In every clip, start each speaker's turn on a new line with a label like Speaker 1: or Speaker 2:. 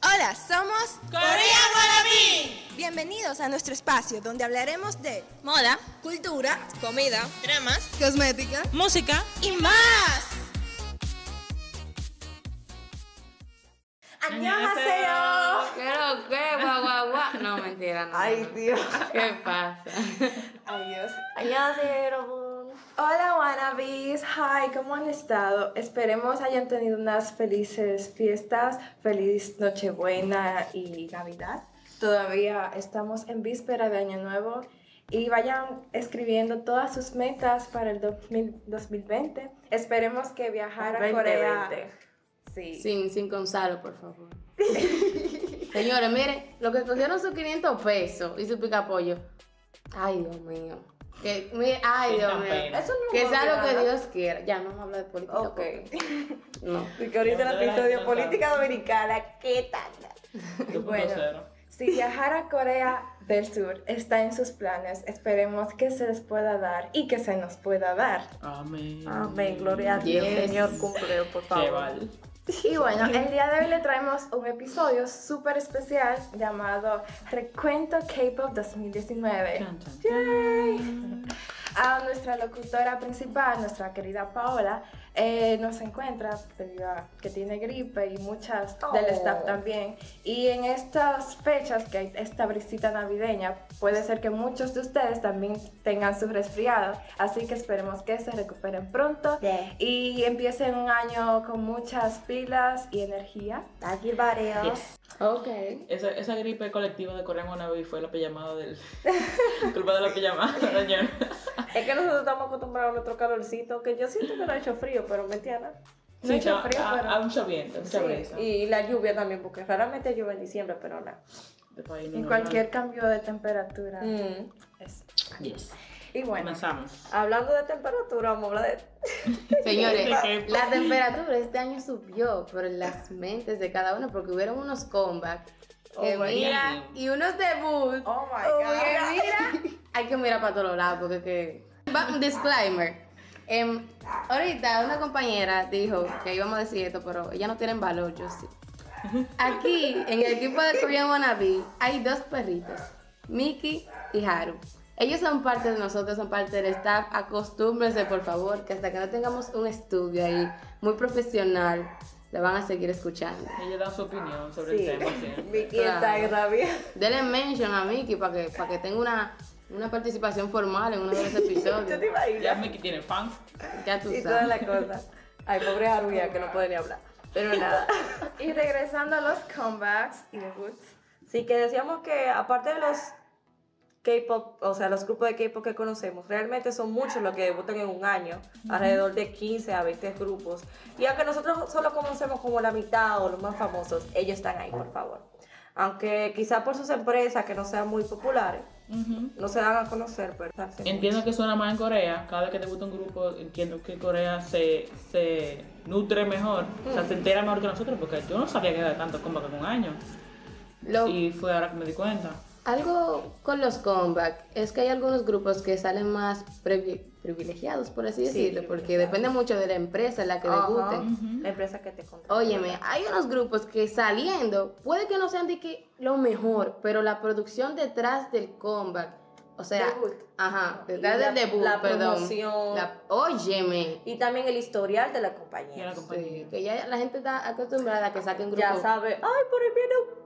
Speaker 1: Nosotras somos
Speaker 2: Corea Guarabí.
Speaker 1: bienvenidos a nuestro espacio donde hablaremos de
Speaker 3: Moda,
Speaker 1: cultura,
Speaker 3: comida, dramas
Speaker 1: cosmética
Speaker 2: Música.
Speaker 1: y más. ¡Annyeonghaseyo!
Speaker 4: Pero qué guau guau guau. No, mentira, no. no.
Speaker 1: Dios.
Speaker 4: ¿Qué pasa?
Speaker 1: Ay, Dios. Hola, wannabes. Hi, ¿cómo han estado? Esperemos hayan tenido unas felices fiestas, feliz Nochebuena y Navidad. Todavía estamos en víspera de Año Nuevo y vayan escribiendo todas sus metas para el 2000 2020. Esperemos que viajar a Corea. Sí.
Speaker 4: Sin, sin Gonzalo, por favor. Señores, miren, lo que cogieron sus 500 pesos y su pica pollo. Ay, Dios mío. Que, mire, ay,
Speaker 2: Sí,
Speaker 4: Dios
Speaker 2: tan
Speaker 4: mío.
Speaker 2: pena.
Speaker 1: Eso no
Speaker 4: que
Speaker 1: me
Speaker 4: sea lo
Speaker 1: olvida,
Speaker 4: que
Speaker 1: ¿no?
Speaker 4: Dios quiera. Ya, no vamos a hablar de política.
Speaker 1: Ok.
Speaker 4: porque- No.
Speaker 1: Porque ahorita el
Speaker 2: Hablando de la
Speaker 1: episodio
Speaker 2: gente,
Speaker 1: política dominicana, ¿qué tal? Bueno. Si viajar a Corea del Sur está en sus planes, esperemos que se les pueda dar y que se nos pueda dar.
Speaker 2: Amén.
Speaker 5: Amén, gloria a Dios,
Speaker 4: Yes.
Speaker 5: Señor, cumple, por
Speaker 2: Qué
Speaker 5: favor.
Speaker 2: val.
Speaker 1: Y bueno, el día de hoy le traemos un episodio súper especial llamado Recuento K-Pop 2019.
Speaker 2: Chan, chan,
Speaker 1: Yay. A nuestra locutora principal, nuestra querida Paola, eh, nos encuentra debido a que tiene gripe y muchas del staff también. Y en estas fechas que hay esta brisita navideña, puede ser que muchos de ustedes también tengan su resfriado. Así que esperemos que se recuperen pronto y empiecen un año con muchas pilas y energía.
Speaker 5: Aquí varios.
Speaker 4: Ok.
Speaker 2: Esa, esa gripe colectiva de Corea Guanabí fue la pijamada del. culpa de la pijamada, señor.
Speaker 5: Es que nosotros estamos acostumbrados a nuestro calorcito, que yo siento que no ha hecho frío, pero me entiendes. No ha
Speaker 2: Sí,
Speaker 5: hecho
Speaker 2: no,
Speaker 5: frío,
Speaker 2: a-
Speaker 5: pero.
Speaker 2: a un lloviendo, mucha
Speaker 5: Sí,
Speaker 2: brisa.
Speaker 5: Y la lluvia también, porque raramente llueve en diciembre, pero nada.
Speaker 2: Después ahí no
Speaker 1: Y
Speaker 2: nos
Speaker 1: cualquier cambio de temperatura.
Speaker 5: Mm.
Speaker 1: es-
Speaker 2: van. Yes.
Speaker 1: Y bueno,
Speaker 2: Comenzamos.
Speaker 5: Hablando de temperatura, vamos a hablar de.
Speaker 4: Señores,
Speaker 2: Ok.
Speaker 4: la temperatura este año subió por las mentes de cada uno porque hubieron unos comebacks. Que
Speaker 5: Oh, my
Speaker 4: mira,
Speaker 2: God.
Speaker 4: y unos debuts.
Speaker 5: Oh my
Speaker 4: Porque mira, hay que mirar para todos lados porque que... Va, un disclaimer. Em, ahorita una compañera dijo que íbamos a decir esto, pero ellas no tienen valor, yo sí. Aquí, en el equipo de Korean Wannabe, hay dos perritos, Mickey y Haru. Ellos son parte de nosotros, son parte del staff. Acostúmbrense, por favor, que hasta que no tengamos un estudio ahí muy profesional, la van a seguir escuchando.
Speaker 2: Ella da su opinión sobre
Speaker 5: Sí.
Speaker 2: el tema. siempre.
Speaker 5: Mi quieta y rabia.
Speaker 4: Denle mention a Mickey para que, para que tenga una, una participación formal en uno de los
Speaker 5: Yo te
Speaker 4: episodios.
Speaker 2: Ya
Speaker 5: imaginas.
Speaker 2: Mickey tiene fans.
Speaker 4: ya tú
Speaker 5: Y toda
Speaker 4: sabes.
Speaker 5: la cosa. Ay, pobre Haruya, que no puede ni hablar. Pero nada.
Speaker 1: y regresando a los comebacks y debuts.
Speaker 5: Sí, que decíamos que aparte de los K-pop, o sea, los grupos de K-pop que conocemos, realmente son muchos los que debutan en un año, alrededor de 15 a 20 grupos. Y aunque nosotros solo conocemos como la mitad o los más famosos, ellos están ahí, por favor. Aunque quizá por sus empresas que no sean muy populares, no se dan a conocer, pero están siendo
Speaker 2: Entiendo que suena más en Corea. Cada vez que debuta un grupo, entiendo que Corea se, se nutre mejor. O sea, se entera mejor que nosotros, porque yo no sabía que era tanto comeback en un año.
Speaker 4: Lo-
Speaker 2: Y fue ahora que me di cuenta.
Speaker 4: algo con los comebacks es que hay algunos grupos que salen más previ- privilegiados, por así decirlo, porque depende mucho de la empresa en la que
Speaker 5: Ajá.
Speaker 4: debuten.
Speaker 5: la empresa que te contrata.
Speaker 4: Óyeme, hay unos grupos que saliendo, puede que no sean de que lo mejor, pero la producción detrás del comeback, o sea,
Speaker 5: Debut.
Speaker 4: ajá, detrás
Speaker 5: Y la-
Speaker 4: del ah, debut,
Speaker 5: la
Speaker 4: perdón.
Speaker 5: promoción.
Speaker 4: La- óyeme.
Speaker 5: Y también el historial de la
Speaker 2: Y era
Speaker 5: compañía.
Speaker 2: como-
Speaker 4: Sí, pues, que ya la gente está acostumbrada a que saquen grupos.
Speaker 5: Ya sabe, ay, por ahí viene un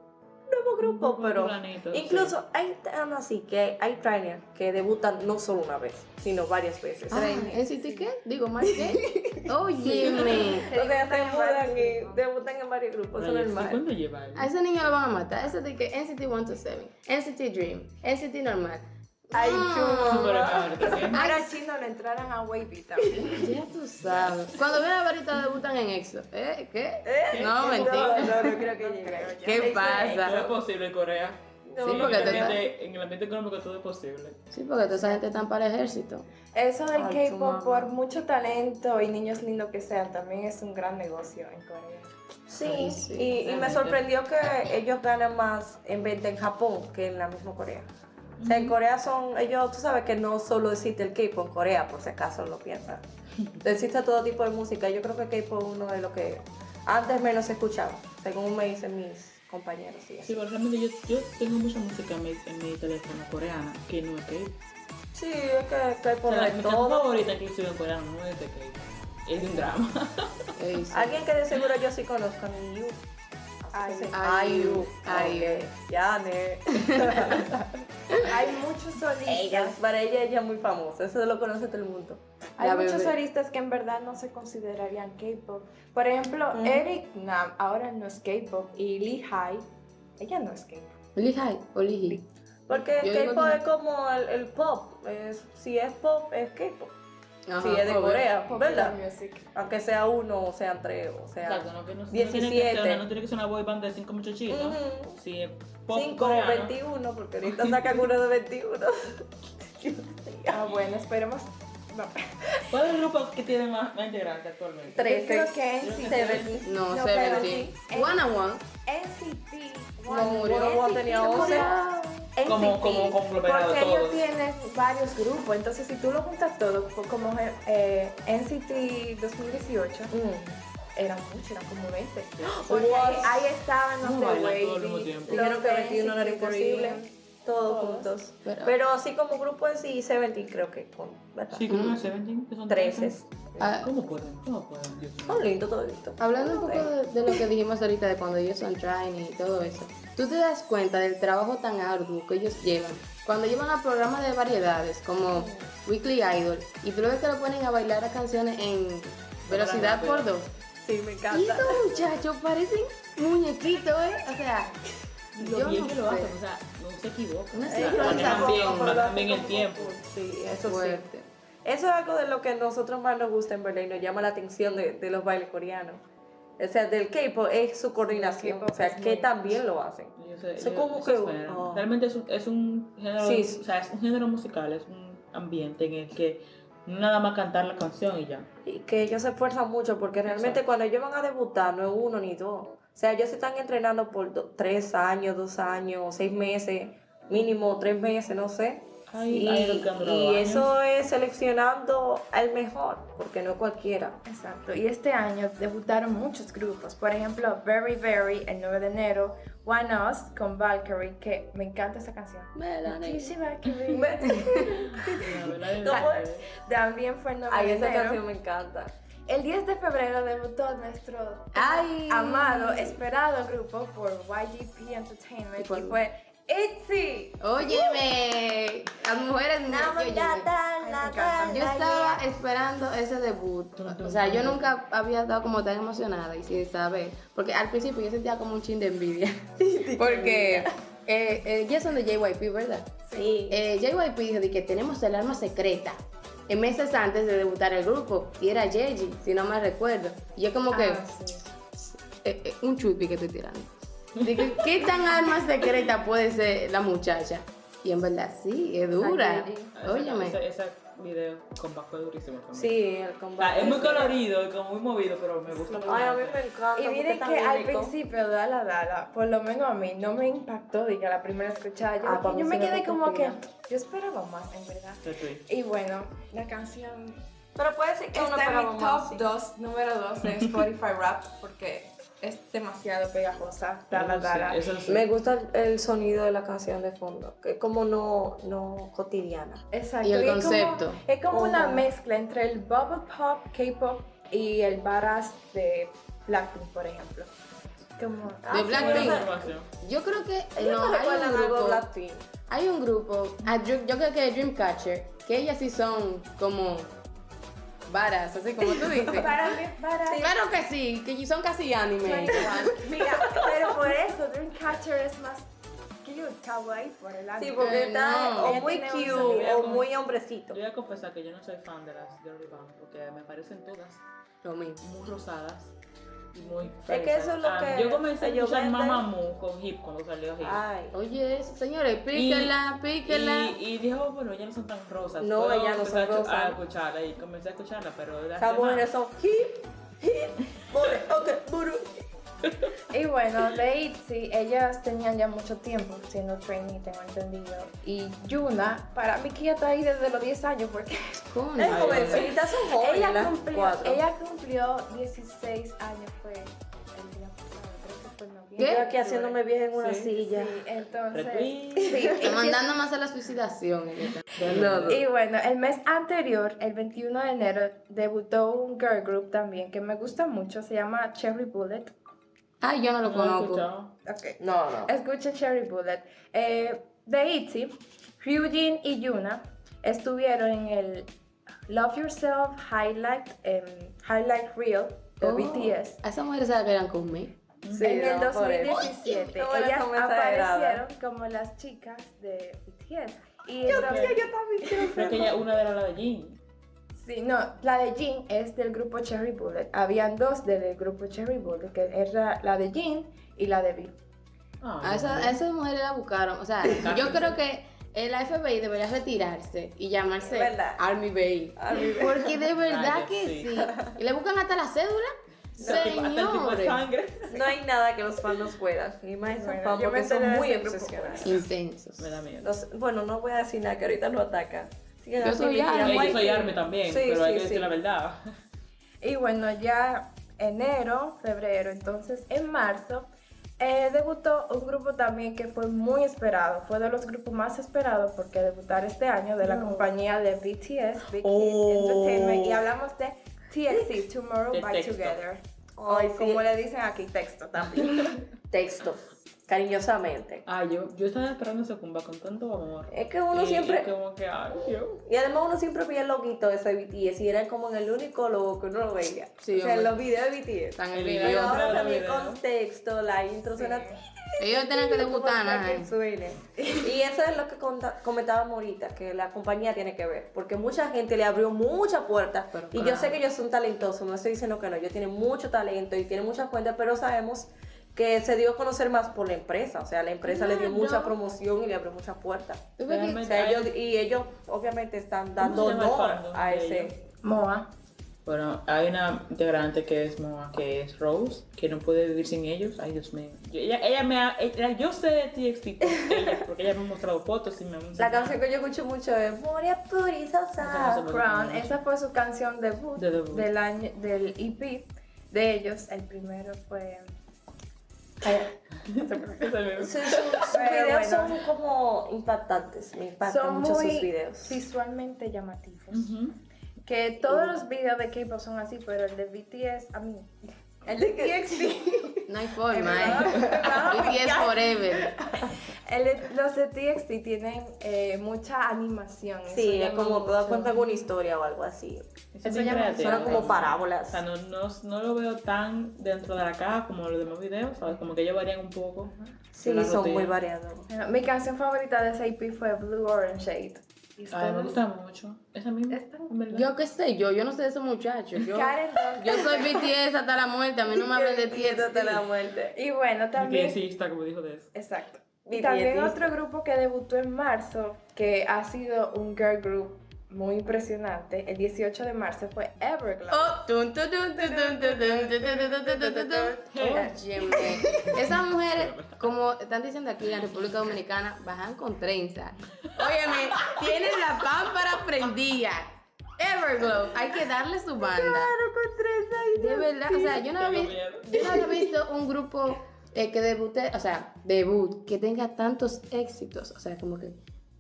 Speaker 5: nuevo grupo, pero...
Speaker 2: fulanito,
Speaker 5: Incluso hay tan así que hay trainers que debutan no solo una vez, sino varias veces.
Speaker 4: Ah, ¿NCT qué? Digo, ¿más qué? Óyeme.
Speaker 5: O sea, debutan, y, debutan en varios grupos, eso
Speaker 2: Ay,
Speaker 5: es
Speaker 2: ¿sí
Speaker 5: normal.
Speaker 2: ¿Cuándo lleva? él?
Speaker 4: A ese niño lo van a matar. Ese de que NCT 127, NCT Dream, NCT Normal.
Speaker 1: Ay,
Speaker 4: Mm,
Speaker 2: Súper aparte, ¿eh?
Speaker 1: Ahora chino le entraran a Wavy también.
Speaker 4: Ya tú sabes. Cuando viene la varita debutan en EXO. ¿Eh? ¿Qué? No,
Speaker 5: No,
Speaker 4: mentira.
Speaker 5: no, no creo que llegue.
Speaker 4: ¿Qué
Speaker 1: Este,
Speaker 2: Todo es
Speaker 4: pasa?
Speaker 2: posible en Corea.
Speaker 4: Sí,
Speaker 2: en,
Speaker 4: porque
Speaker 2: el
Speaker 4: te
Speaker 2: ambiente, en el ambiente económico todo es posible.
Speaker 4: Sí, porque toda esa gente está para el ejército.
Speaker 1: Eso del
Speaker 5: Ay, tu
Speaker 1: K-pop,
Speaker 5: mamá.
Speaker 1: por mucho talento y niños lindos que sean, también es un gran negocio en Corea.
Speaker 5: Sí,
Speaker 4: sí,
Speaker 5: y, y me
Speaker 2: realmente.
Speaker 5: sorprendió que ellos ganan más en venta en Japón que en la misma Corea. O sea, en Corea son, ellos, tú sabes que no solo existe el K-pop en Corea, por si acaso lo piensas. Existe todo tipo de música. Yo creo que K-pop es uno de los que antes menos se escuchaba, según me dicen mis compañeros. y
Speaker 2: Sí,
Speaker 5: así.
Speaker 2: pero realmente yo, yo tengo mucha música en mi, en mi teléfono coreana que no es K-pop.
Speaker 5: Sí, es que, que hay
Speaker 2: O
Speaker 5: por
Speaker 2: sea,
Speaker 5: de
Speaker 2: la- mi canción
Speaker 5: todo.
Speaker 2: favorita inclusive en coreano no es de K-pop. Es de un drama.
Speaker 4: Ey, sí.
Speaker 5: Alguien que de seguro yo sí conozco, mi Yu. Así que sí.
Speaker 4: IU.
Speaker 5: Ok, Ya, ne.
Speaker 1: Hay muchos
Speaker 5: Ella,
Speaker 1: solistas.
Speaker 5: para ella ella es muy famosa, eso lo conoce todo el mundo.
Speaker 1: Hay
Speaker 4: La
Speaker 1: muchos
Speaker 4: bebé.
Speaker 1: solistas que en verdad no se considerarían K-pop. Por ejemplo,
Speaker 5: Mm.
Speaker 1: Eric Nam ahora no es K-pop y Lee High, ella no es K-pop.
Speaker 4: Lihai o Lihi.
Speaker 5: Porque
Speaker 4: Yo
Speaker 5: el
Speaker 4: digo
Speaker 5: K-pop
Speaker 4: que-
Speaker 5: es como el, el pop. es- si es pop, es K-pop.
Speaker 4: Ajá,
Speaker 5: Si es de
Speaker 4: obvio.
Speaker 5: Corea,
Speaker 1: Popular
Speaker 5: ¿verdad?
Speaker 1: Music.
Speaker 5: Aunque sea uno, o sean tres, o sea.
Speaker 2: Exacto, no, que no, no tiene que
Speaker 5: 17.
Speaker 2: ser una, no tiene que ser una boy band de cinco muchachitos.
Speaker 5: Ujú.
Speaker 2: Si es pop
Speaker 5: 5 o
Speaker 2: coreano,
Speaker 5: 21, porque ahorita sacan uno de 21.
Speaker 1: Ah, bueno, esperemos. No.
Speaker 2: ¿Cuál es el grupo que tiene más, más integrantes actualmente?
Speaker 1: Yo creo que
Speaker 5: Yo
Speaker 1: NCT.
Speaker 5: Seventeen.
Speaker 4: No,
Speaker 1: No, pero
Speaker 4: Seventeen.
Speaker 1: sí.
Speaker 4: One and One.
Speaker 1: NCT.
Speaker 4: No, murió.
Speaker 5: One tenía 11.
Speaker 1: NCT,
Speaker 2: Como- como conglomerado
Speaker 1: Porque
Speaker 2: todos.
Speaker 1: ellos tienen varios grupos, entonces si tú lo juntas todo, co- como eh, NCT 2018, eran muchos, eran como 20. Porque ahí,
Speaker 5: What?
Speaker 1: ahí estaban los
Speaker 2: ¿Cómo
Speaker 1: de
Speaker 2: bailan todo al
Speaker 1: Wavy,
Speaker 2: mismo tiempo?
Speaker 1: los
Speaker 5: Dijeron que
Speaker 1: de
Speaker 5: 21 era
Speaker 1: NCT
Speaker 5: imposible.
Speaker 1: Dream.
Speaker 5: Todos
Speaker 1: Todos.
Speaker 5: juntos.
Speaker 4: Pero-
Speaker 5: Pero así como grupo en sí, 17 creo que con, ¿verdad?
Speaker 2: Sí, creo que 17, que son
Speaker 5: 13.
Speaker 4: Ah,
Speaker 2: ¿Cómo pueden? ¿Cómo pueden? Dios mío.
Speaker 5: Son lindos toditos.
Speaker 4: Hablando un poco de, de lo que dijimos ahorita de cuando ellos son trying y todo eso, tú te das cuenta del trabajo tan arduo que ellos llevan. Cuando llevan a programas de variedades como Weekly Idol y tú lo ves que lo ponen a bailar a canciones en velocidad por dos.
Speaker 5: Sí, me
Speaker 4: Y
Speaker 5: encanta.
Speaker 4: esos muchachos parecen muñequitos, ¿eh? O sea,
Speaker 2: Y
Speaker 4: yo
Speaker 2: Lo bien
Speaker 4: no
Speaker 2: que lo
Speaker 4: sé.
Speaker 2: hacen, o sea, no se equivocan.
Speaker 4: Una
Speaker 2: O sea,
Speaker 4: sincronía.
Speaker 2: manejan bien,
Speaker 5: Pero lo
Speaker 2: manejan
Speaker 5: hacen
Speaker 2: bien el
Speaker 5: como
Speaker 2: tiempo.
Speaker 5: full. Sí, eso sí.
Speaker 4: fuerte.
Speaker 5: Eso es algo de lo que a nosotros más nos gusta en Berlín, nos llama la atención de, de los bailes coreanos. O sea, del K-pop es su coordinación,
Speaker 1: K-pop
Speaker 5: o sea,
Speaker 1: es
Speaker 5: que
Speaker 1: muy-
Speaker 5: también lo hacen.
Speaker 2: Yo sé,
Speaker 5: Son
Speaker 2: yo-
Speaker 5: como
Speaker 2: eso
Speaker 5: que-
Speaker 2: esperan.
Speaker 5: oh.
Speaker 2: Realmente es un, es un género,
Speaker 5: Sí.
Speaker 2: o sea, es un género musical, es un ambiente en el que no nada más cantar la canción y ya.
Speaker 5: Y que ellos se esfuerzan mucho porque realmente
Speaker 2: Exacto.
Speaker 5: cuando ellos van a debutar no es uno ni dos. O sea, ellos se están entrenando por do- tres años, dos años, seis meses, mínimo tres meses, no sé.
Speaker 2: Hay-
Speaker 5: y
Speaker 2: hay los que han durado
Speaker 5: y
Speaker 2: años.
Speaker 5: eso es seleccionando al mejor, porque no cualquiera.
Speaker 1: Exacto, y este año debutaron muchos grupos, por ejemplo, Very Very el 9 de enero, One Us con Valkyrie, que me encanta esa canción.
Speaker 4: Melanie.
Speaker 1: Tishi Valkyrie.
Speaker 2: La verdad es-
Speaker 5: ¿Cómo es?
Speaker 1: También fue el 9
Speaker 5: Ay,
Speaker 1: de
Speaker 5: esa
Speaker 1: enero.
Speaker 5: canción me encanta.
Speaker 1: El 10 de febrero debutó nuestro
Speaker 4: Ay.
Speaker 1: amado, esperado grupo por YGP Entertainment
Speaker 4: ¿Y cuál?
Speaker 1: y fue ITZY.
Speaker 4: Óyeme, las mujeres no. óyeme.
Speaker 1: Ay, me
Speaker 4: Yo
Speaker 1: encanta.
Speaker 4: estaba esperando ese debut. O sea, yo nunca había estado como tan emocionada y sin saber. Porque al principio yo sentía como un chin de envidia. Porque eh, eh, ya son de JYP, ¿verdad?
Speaker 5: Sí.
Speaker 4: Eh, JYP dijo de que tenemos el arma secreta. eh, meses antes de debutar el grupo. Y era Yeji, si no me recuerdo. Y yo como que,
Speaker 1: Ah, sí.
Speaker 4: eh, eh, un chupi que estoy tirando. Dije, ¿qué tan arma secreta puede ser la muchacha? Y en verdad sí, es dura.
Speaker 1: Yeji.
Speaker 2: Esa-
Speaker 4: Óyeme.
Speaker 2: Ese, ese video con Paco es durísimo también.
Speaker 5: Sí, el
Speaker 2: O
Speaker 5: combate.
Speaker 2: sea, es muy colorido y como muy movido, pero me gusta.
Speaker 5: Ay, a mí me encanta.
Speaker 1: Y
Speaker 5: porque
Speaker 1: miren
Speaker 5: es tan
Speaker 1: que al
Speaker 5: único.
Speaker 1: principio de Dala Dala, por lo menos a mí, no me impactó, diga, la primera escuchada. Yo,
Speaker 5: Ah, para mí
Speaker 1: yo
Speaker 5: sí
Speaker 1: me
Speaker 5: me
Speaker 1: quedé
Speaker 5: gustó
Speaker 1: como que,
Speaker 5: Pina.
Speaker 1: yo esperaba más, en verdad.
Speaker 2: Sí, sí.
Speaker 1: Y bueno, la canción
Speaker 5: Pero puede ser que uno
Speaker 1: está en
Speaker 5: esperaba
Speaker 1: mi
Speaker 5: más,
Speaker 1: top
Speaker 5: sí.
Speaker 1: 2, número 2 de Spotify Rap, porque es demasiado pegajosa, Dala
Speaker 2: Sí,
Speaker 1: Dala.
Speaker 2: eso sí.
Speaker 5: Me gusta el, el sonido de la canción de fondo, que es como no, no cotidiana.
Speaker 1: Exacto.
Speaker 4: Y el
Speaker 1: es como-
Speaker 4: concepto.
Speaker 1: Es como, una
Speaker 5: Ujú.
Speaker 1: mezcla entre el bubble pop, K-pop y el badass de Blackpink, por ejemplo. Como,
Speaker 5: Ah, sí,
Speaker 4: De Blackpink.
Speaker 5: bueno,
Speaker 4: Yo creo que eh,
Speaker 5: ¿Ustedes
Speaker 4: no,
Speaker 5: me
Speaker 4: hay
Speaker 5: recuerdan
Speaker 4: un
Speaker 5: algo de
Speaker 4: grupo.
Speaker 5: Blackpink?
Speaker 4: Hay un grupo, ah, yo, yo creo que Dreamcatcher, que ellas sí son como varas, así como tú dices.
Speaker 1: para mí, para
Speaker 4: Claro que sí, que son casi anime.
Speaker 1: Mira, pero por eso Dreamcatcher es más cute, kawaii por el anime.
Speaker 5: Sí, porque está
Speaker 4: No.
Speaker 5: o muy
Speaker 1: Ella tiene un
Speaker 5: cute
Speaker 1: sonido
Speaker 5: o
Speaker 2: como-
Speaker 5: muy hombrecito.
Speaker 2: Yo voy a confesar que yo no soy fan de las girly band porque me parecen todas
Speaker 4: Lo mismo.
Speaker 2: muy rosadas y muy
Speaker 5: que
Speaker 2: fresas.
Speaker 5: eso es lo
Speaker 2: Ah,
Speaker 5: que
Speaker 2: yo comencé a
Speaker 5: ellos
Speaker 2: escuchar
Speaker 5: venden.
Speaker 2: Mamamoo con Hip cuando salió Hip.
Speaker 5: Ay,
Speaker 4: Oye, eso, señores, píquela, píquela.
Speaker 2: Y, y dije, oh, bueno, ellas no son tan rosas.
Speaker 5: No,
Speaker 2: Puedo
Speaker 5: ellas no
Speaker 2: empezar
Speaker 5: son
Speaker 2: a chu- A
Speaker 5: rosas.
Speaker 2: escucharla y comencé a escucharla, pero las
Speaker 5: esas mujeres
Speaker 2: demás-
Speaker 5: son hip, hip, bore, ok, buru.
Speaker 1: Y bueno, de ITZY, ellas tenían ya mucho tiempo siendo trainee, tengo entendido. Y Yuna, para mí que ella está ahí desde los 10 años, porque
Speaker 4: Coño.
Speaker 5: Es jovencita, son jóvenes
Speaker 1: ella
Speaker 5: las
Speaker 1: cumplió,
Speaker 5: cuatro.
Speaker 1: ella cumplió 16 años, fue el día pasado, creo que fue en agosto. también.
Speaker 5: Yo
Speaker 4: ¿Qué?
Speaker 5: aquí haciéndome vieja en una
Speaker 2: Sí.
Speaker 5: silla.
Speaker 1: Sí, entonces.
Speaker 2: Recuí.
Speaker 1: Sí, y-
Speaker 4: Mandando más a la suicidación. Elita.
Speaker 5: No, no.
Speaker 1: Y bueno, el mes anterior, el 21 de enero, debutó un girl group también que me gusta mucho, se llama Cherry Bullet.
Speaker 4: Ay, yo no lo
Speaker 2: No lo he
Speaker 4: conozco.
Speaker 2: escuchado.
Speaker 1: Ok.
Speaker 5: No, no.
Speaker 1: Escuchen Cherry Bullet. Eh, de ITZY, Ryujin y Yuna estuvieron en el Love Yourself Highlight, em, Highlight Reel de
Speaker 4: Oh,
Speaker 1: BTS.
Speaker 4: A esa mujer sabe que eran conmigo.
Speaker 5: Sí,
Speaker 1: en el
Speaker 5: no, por eso.
Speaker 1: 2017,
Speaker 5: Qué buena
Speaker 1: ellas
Speaker 5: como esa era.
Speaker 1: aparecieron como las chicas de BTS. Y entonces-
Speaker 2: Creo que ya una era la de Jean.
Speaker 1: Sí, no, la de Jean es del grupo Cherry Bullet. Habían dos del grupo Cherry Bullet, que era la de Jean y la de B.
Speaker 2: Ah,
Speaker 5: Ah,
Speaker 4: A esa, a esa mujer la buscaron. O sea, yo creo que el FBI debería retirarse y llamarse
Speaker 5: ¿Verdad?
Speaker 4: Army Bay.
Speaker 5: A mí-
Speaker 4: Porque de verdad
Speaker 2: Vaya,
Speaker 4: que
Speaker 2: sí.
Speaker 4: sí. Y le buscan hasta la cédula.
Speaker 2: Hasta el tipo- hasta el tipo de
Speaker 4: Señores.
Speaker 2: sangre.
Speaker 5: No hay nada que los fans nos puedan. Y más esos
Speaker 1: Bueno,
Speaker 5: fans
Speaker 1: yo me
Speaker 5: porque son
Speaker 1: enteré de
Speaker 5: muy
Speaker 1: ese grupo
Speaker 5: obsesionados.
Speaker 4: Intensos.
Speaker 2: Me da miedo.
Speaker 5: Los- bueno, no voy a decir nada que ahorita no ataca. Sigan
Speaker 4: Yo
Speaker 5: así,
Speaker 4: soy
Speaker 5: mi tía
Speaker 4: Army.
Speaker 2: Ey,
Speaker 5: Whitey.
Speaker 2: Yo soy Army también,
Speaker 5: Sí,
Speaker 2: pero hay
Speaker 5: sí,
Speaker 2: que decir
Speaker 5: sí.
Speaker 2: la verdad.
Speaker 1: Y bueno, ya enero, febrero, entonces en marzo, eh, debutó un grupo también que fue muy esperado. Fue de los grupos más esperados porque debutar este año de la compañía de BTS, Big Hit
Speaker 2: Oh.
Speaker 1: Entertainment. Y hablamos de TXT, Tomorrow
Speaker 2: De
Speaker 1: by
Speaker 2: texto.
Speaker 1: Together. O
Speaker 5: Ay, Oh, sí.
Speaker 1: como le dicen aquí, texto también.
Speaker 5: Texto, cariñosamente.
Speaker 2: Ah, yo, yo estaba esperando ese comeback con tanto amor.
Speaker 5: Es que uno
Speaker 2: Y-
Speaker 5: siempre...
Speaker 2: y como que, ay, yo.
Speaker 5: Y además uno siempre veía el loguito de ese BTS y era como en el único logo que uno lo veía.
Speaker 4: Sí,
Speaker 5: o sea, en
Speaker 4: hombre.
Speaker 5: los videos de BTS.
Speaker 4: Están
Speaker 2: El
Speaker 5: Pero
Speaker 2: video.
Speaker 4: envidiosos.
Speaker 5: ahora
Speaker 2: Claro,
Speaker 5: también
Speaker 2: video.
Speaker 5: con texto, la intro suena...
Speaker 4: Ellos tienen que debutar,
Speaker 5: para
Speaker 4: ajá.
Speaker 5: que suene. Y eso es lo que conta- comentábamos ahorita, que la compañía tiene que ver, porque mucha gente le abrió muchas puertas.
Speaker 4: Pero
Speaker 5: Y yo
Speaker 4: claro.
Speaker 5: sé que ellos son talentosos, no estoy diciendo que no, ellos tienen mucho talento y tienen muchas cuentas, pero sabemos que se dio a conocer más por la empresa, o sea, la empresa le dio
Speaker 4: Claro.
Speaker 5: mucha promoción y le abrió muchas puertas.
Speaker 4: Tú ves que-
Speaker 5: O
Speaker 2: Realmente.
Speaker 5: sea, ellos, y ellos obviamente están dando
Speaker 2: se llama el
Speaker 5: honor
Speaker 2: fandom
Speaker 5: a
Speaker 2: de ellos?
Speaker 5: ese...
Speaker 1: Moa.
Speaker 2: Bueno, hay una integrante que es Moa, que es Rose, que no puede vivir sin ellos. Ay, Dios mío. Yo- ella, ella me ha, ella- yo sé de TXT por ella, porque ella me ha mostrado fotos y me ha
Speaker 5: La
Speaker 2: enseñado.
Speaker 5: canción que yo escucho mucho es Moria Puri Sasa.
Speaker 2: Entonces,
Speaker 1: Crown, esa fue su canción debut,
Speaker 2: De debut.
Speaker 1: del año del EP de ellos. El primero fue eh,
Speaker 5: Sus, sus- sus
Speaker 1: Pero
Speaker 5: videos
Speaker 1: bueno.
Speaker 5: son como impactantes, me impactan
Speaker 1: son
Speaker 5: mucho
Speaker 1: muy
Speaker 5: sus videos.
Speaker 1: visualmente llamativos.
Speaker 2: Ujú.
Speaker 1: Que todos los videos de K-pop son así, pero el de BTS a mí el de TXT,
Speaker 4: No hay
Speaker 1: Me
Speaker 4: forma,
Speaker 1: va- me
Speaker 4: eh.
Speaker 1: va a
Speaker 4: BTS
Speaker 1: picar.
Speaker 4: Forever.
Speaker 1: el de- los de TXT tienen eh, mucha animación.
Speaker 5: Sí,
Speaker 1: eso
Speaker 5: es como
Speaker 1: llama
Speaker 5: toda
Speaker 1: mucho.
Speaker 5: cuentan una historia o algo así.
Speaker 2: Eso es
Speaker 1: Eso ya me
Speaker 2: creativo.
Speaker 5: Suenan como
Speaker 2: O
Speaker 5: parábolas.
Speaker 2: sea, no, no, no lo veo tan dentro de la caja como los demás videos, ¿sabes? Como que ellos varían un poco.
Speaker 5: Sí,
Speaker 2: La
Speaker 5: son
Speaker 2: rutina.
Speaker 5: muy variados.
Speaker 1: Bueno, Mi canción favorita de ese EP fue Blue Orange Shade. ¿Y
Speaker 2: Ay, me
Speaker 1: ustedes?
Speaker 2: gusta mucho. Esa misma.
Speaker 1: Esta.
Speaker 2: en verdad.
Speaker 4: Yo qué sé, yo, yo no sé de esos muchachos. Yo,
Speaker 1: Karen Duncan.
Speaker 4: yo soy BTS hasta la muerte, a mí no me hablen de TXT.
Speaker 5: muerte.
Speaker 1: Y bueno, también
Speaker 2: TXTista, como dijo de eso.
Speaker 1: Exacto. Y
Speaker 5: BTS.
Speaker 1: también otro grupo que debutó en marzo, que ha sido un girl group muy impresionante, el 18 de marzo fue Everglow.
Speaker 4: Oh, tun, tun, tun, tun, tun, tun, tun, tun, tun, tun, tun, tun, tun,
Speaker 5: Oh,
Speaker 4: tun. Oye, me- Esas mujeres, como están diciendo aquí en la República Dominicana, bajan con trenza. Óyeme, tienen la pámpara prendida. Everglow, hay que darle su banda. De verdad, o sea, yo no,
Speaker 2: Tengo
Speaker 4: había,
Speaker 2: miedo.
Speaker 4: yo no había visto un grupo eh, que debute, o sea, debut, que tenga tantos éxitos. O sea, como que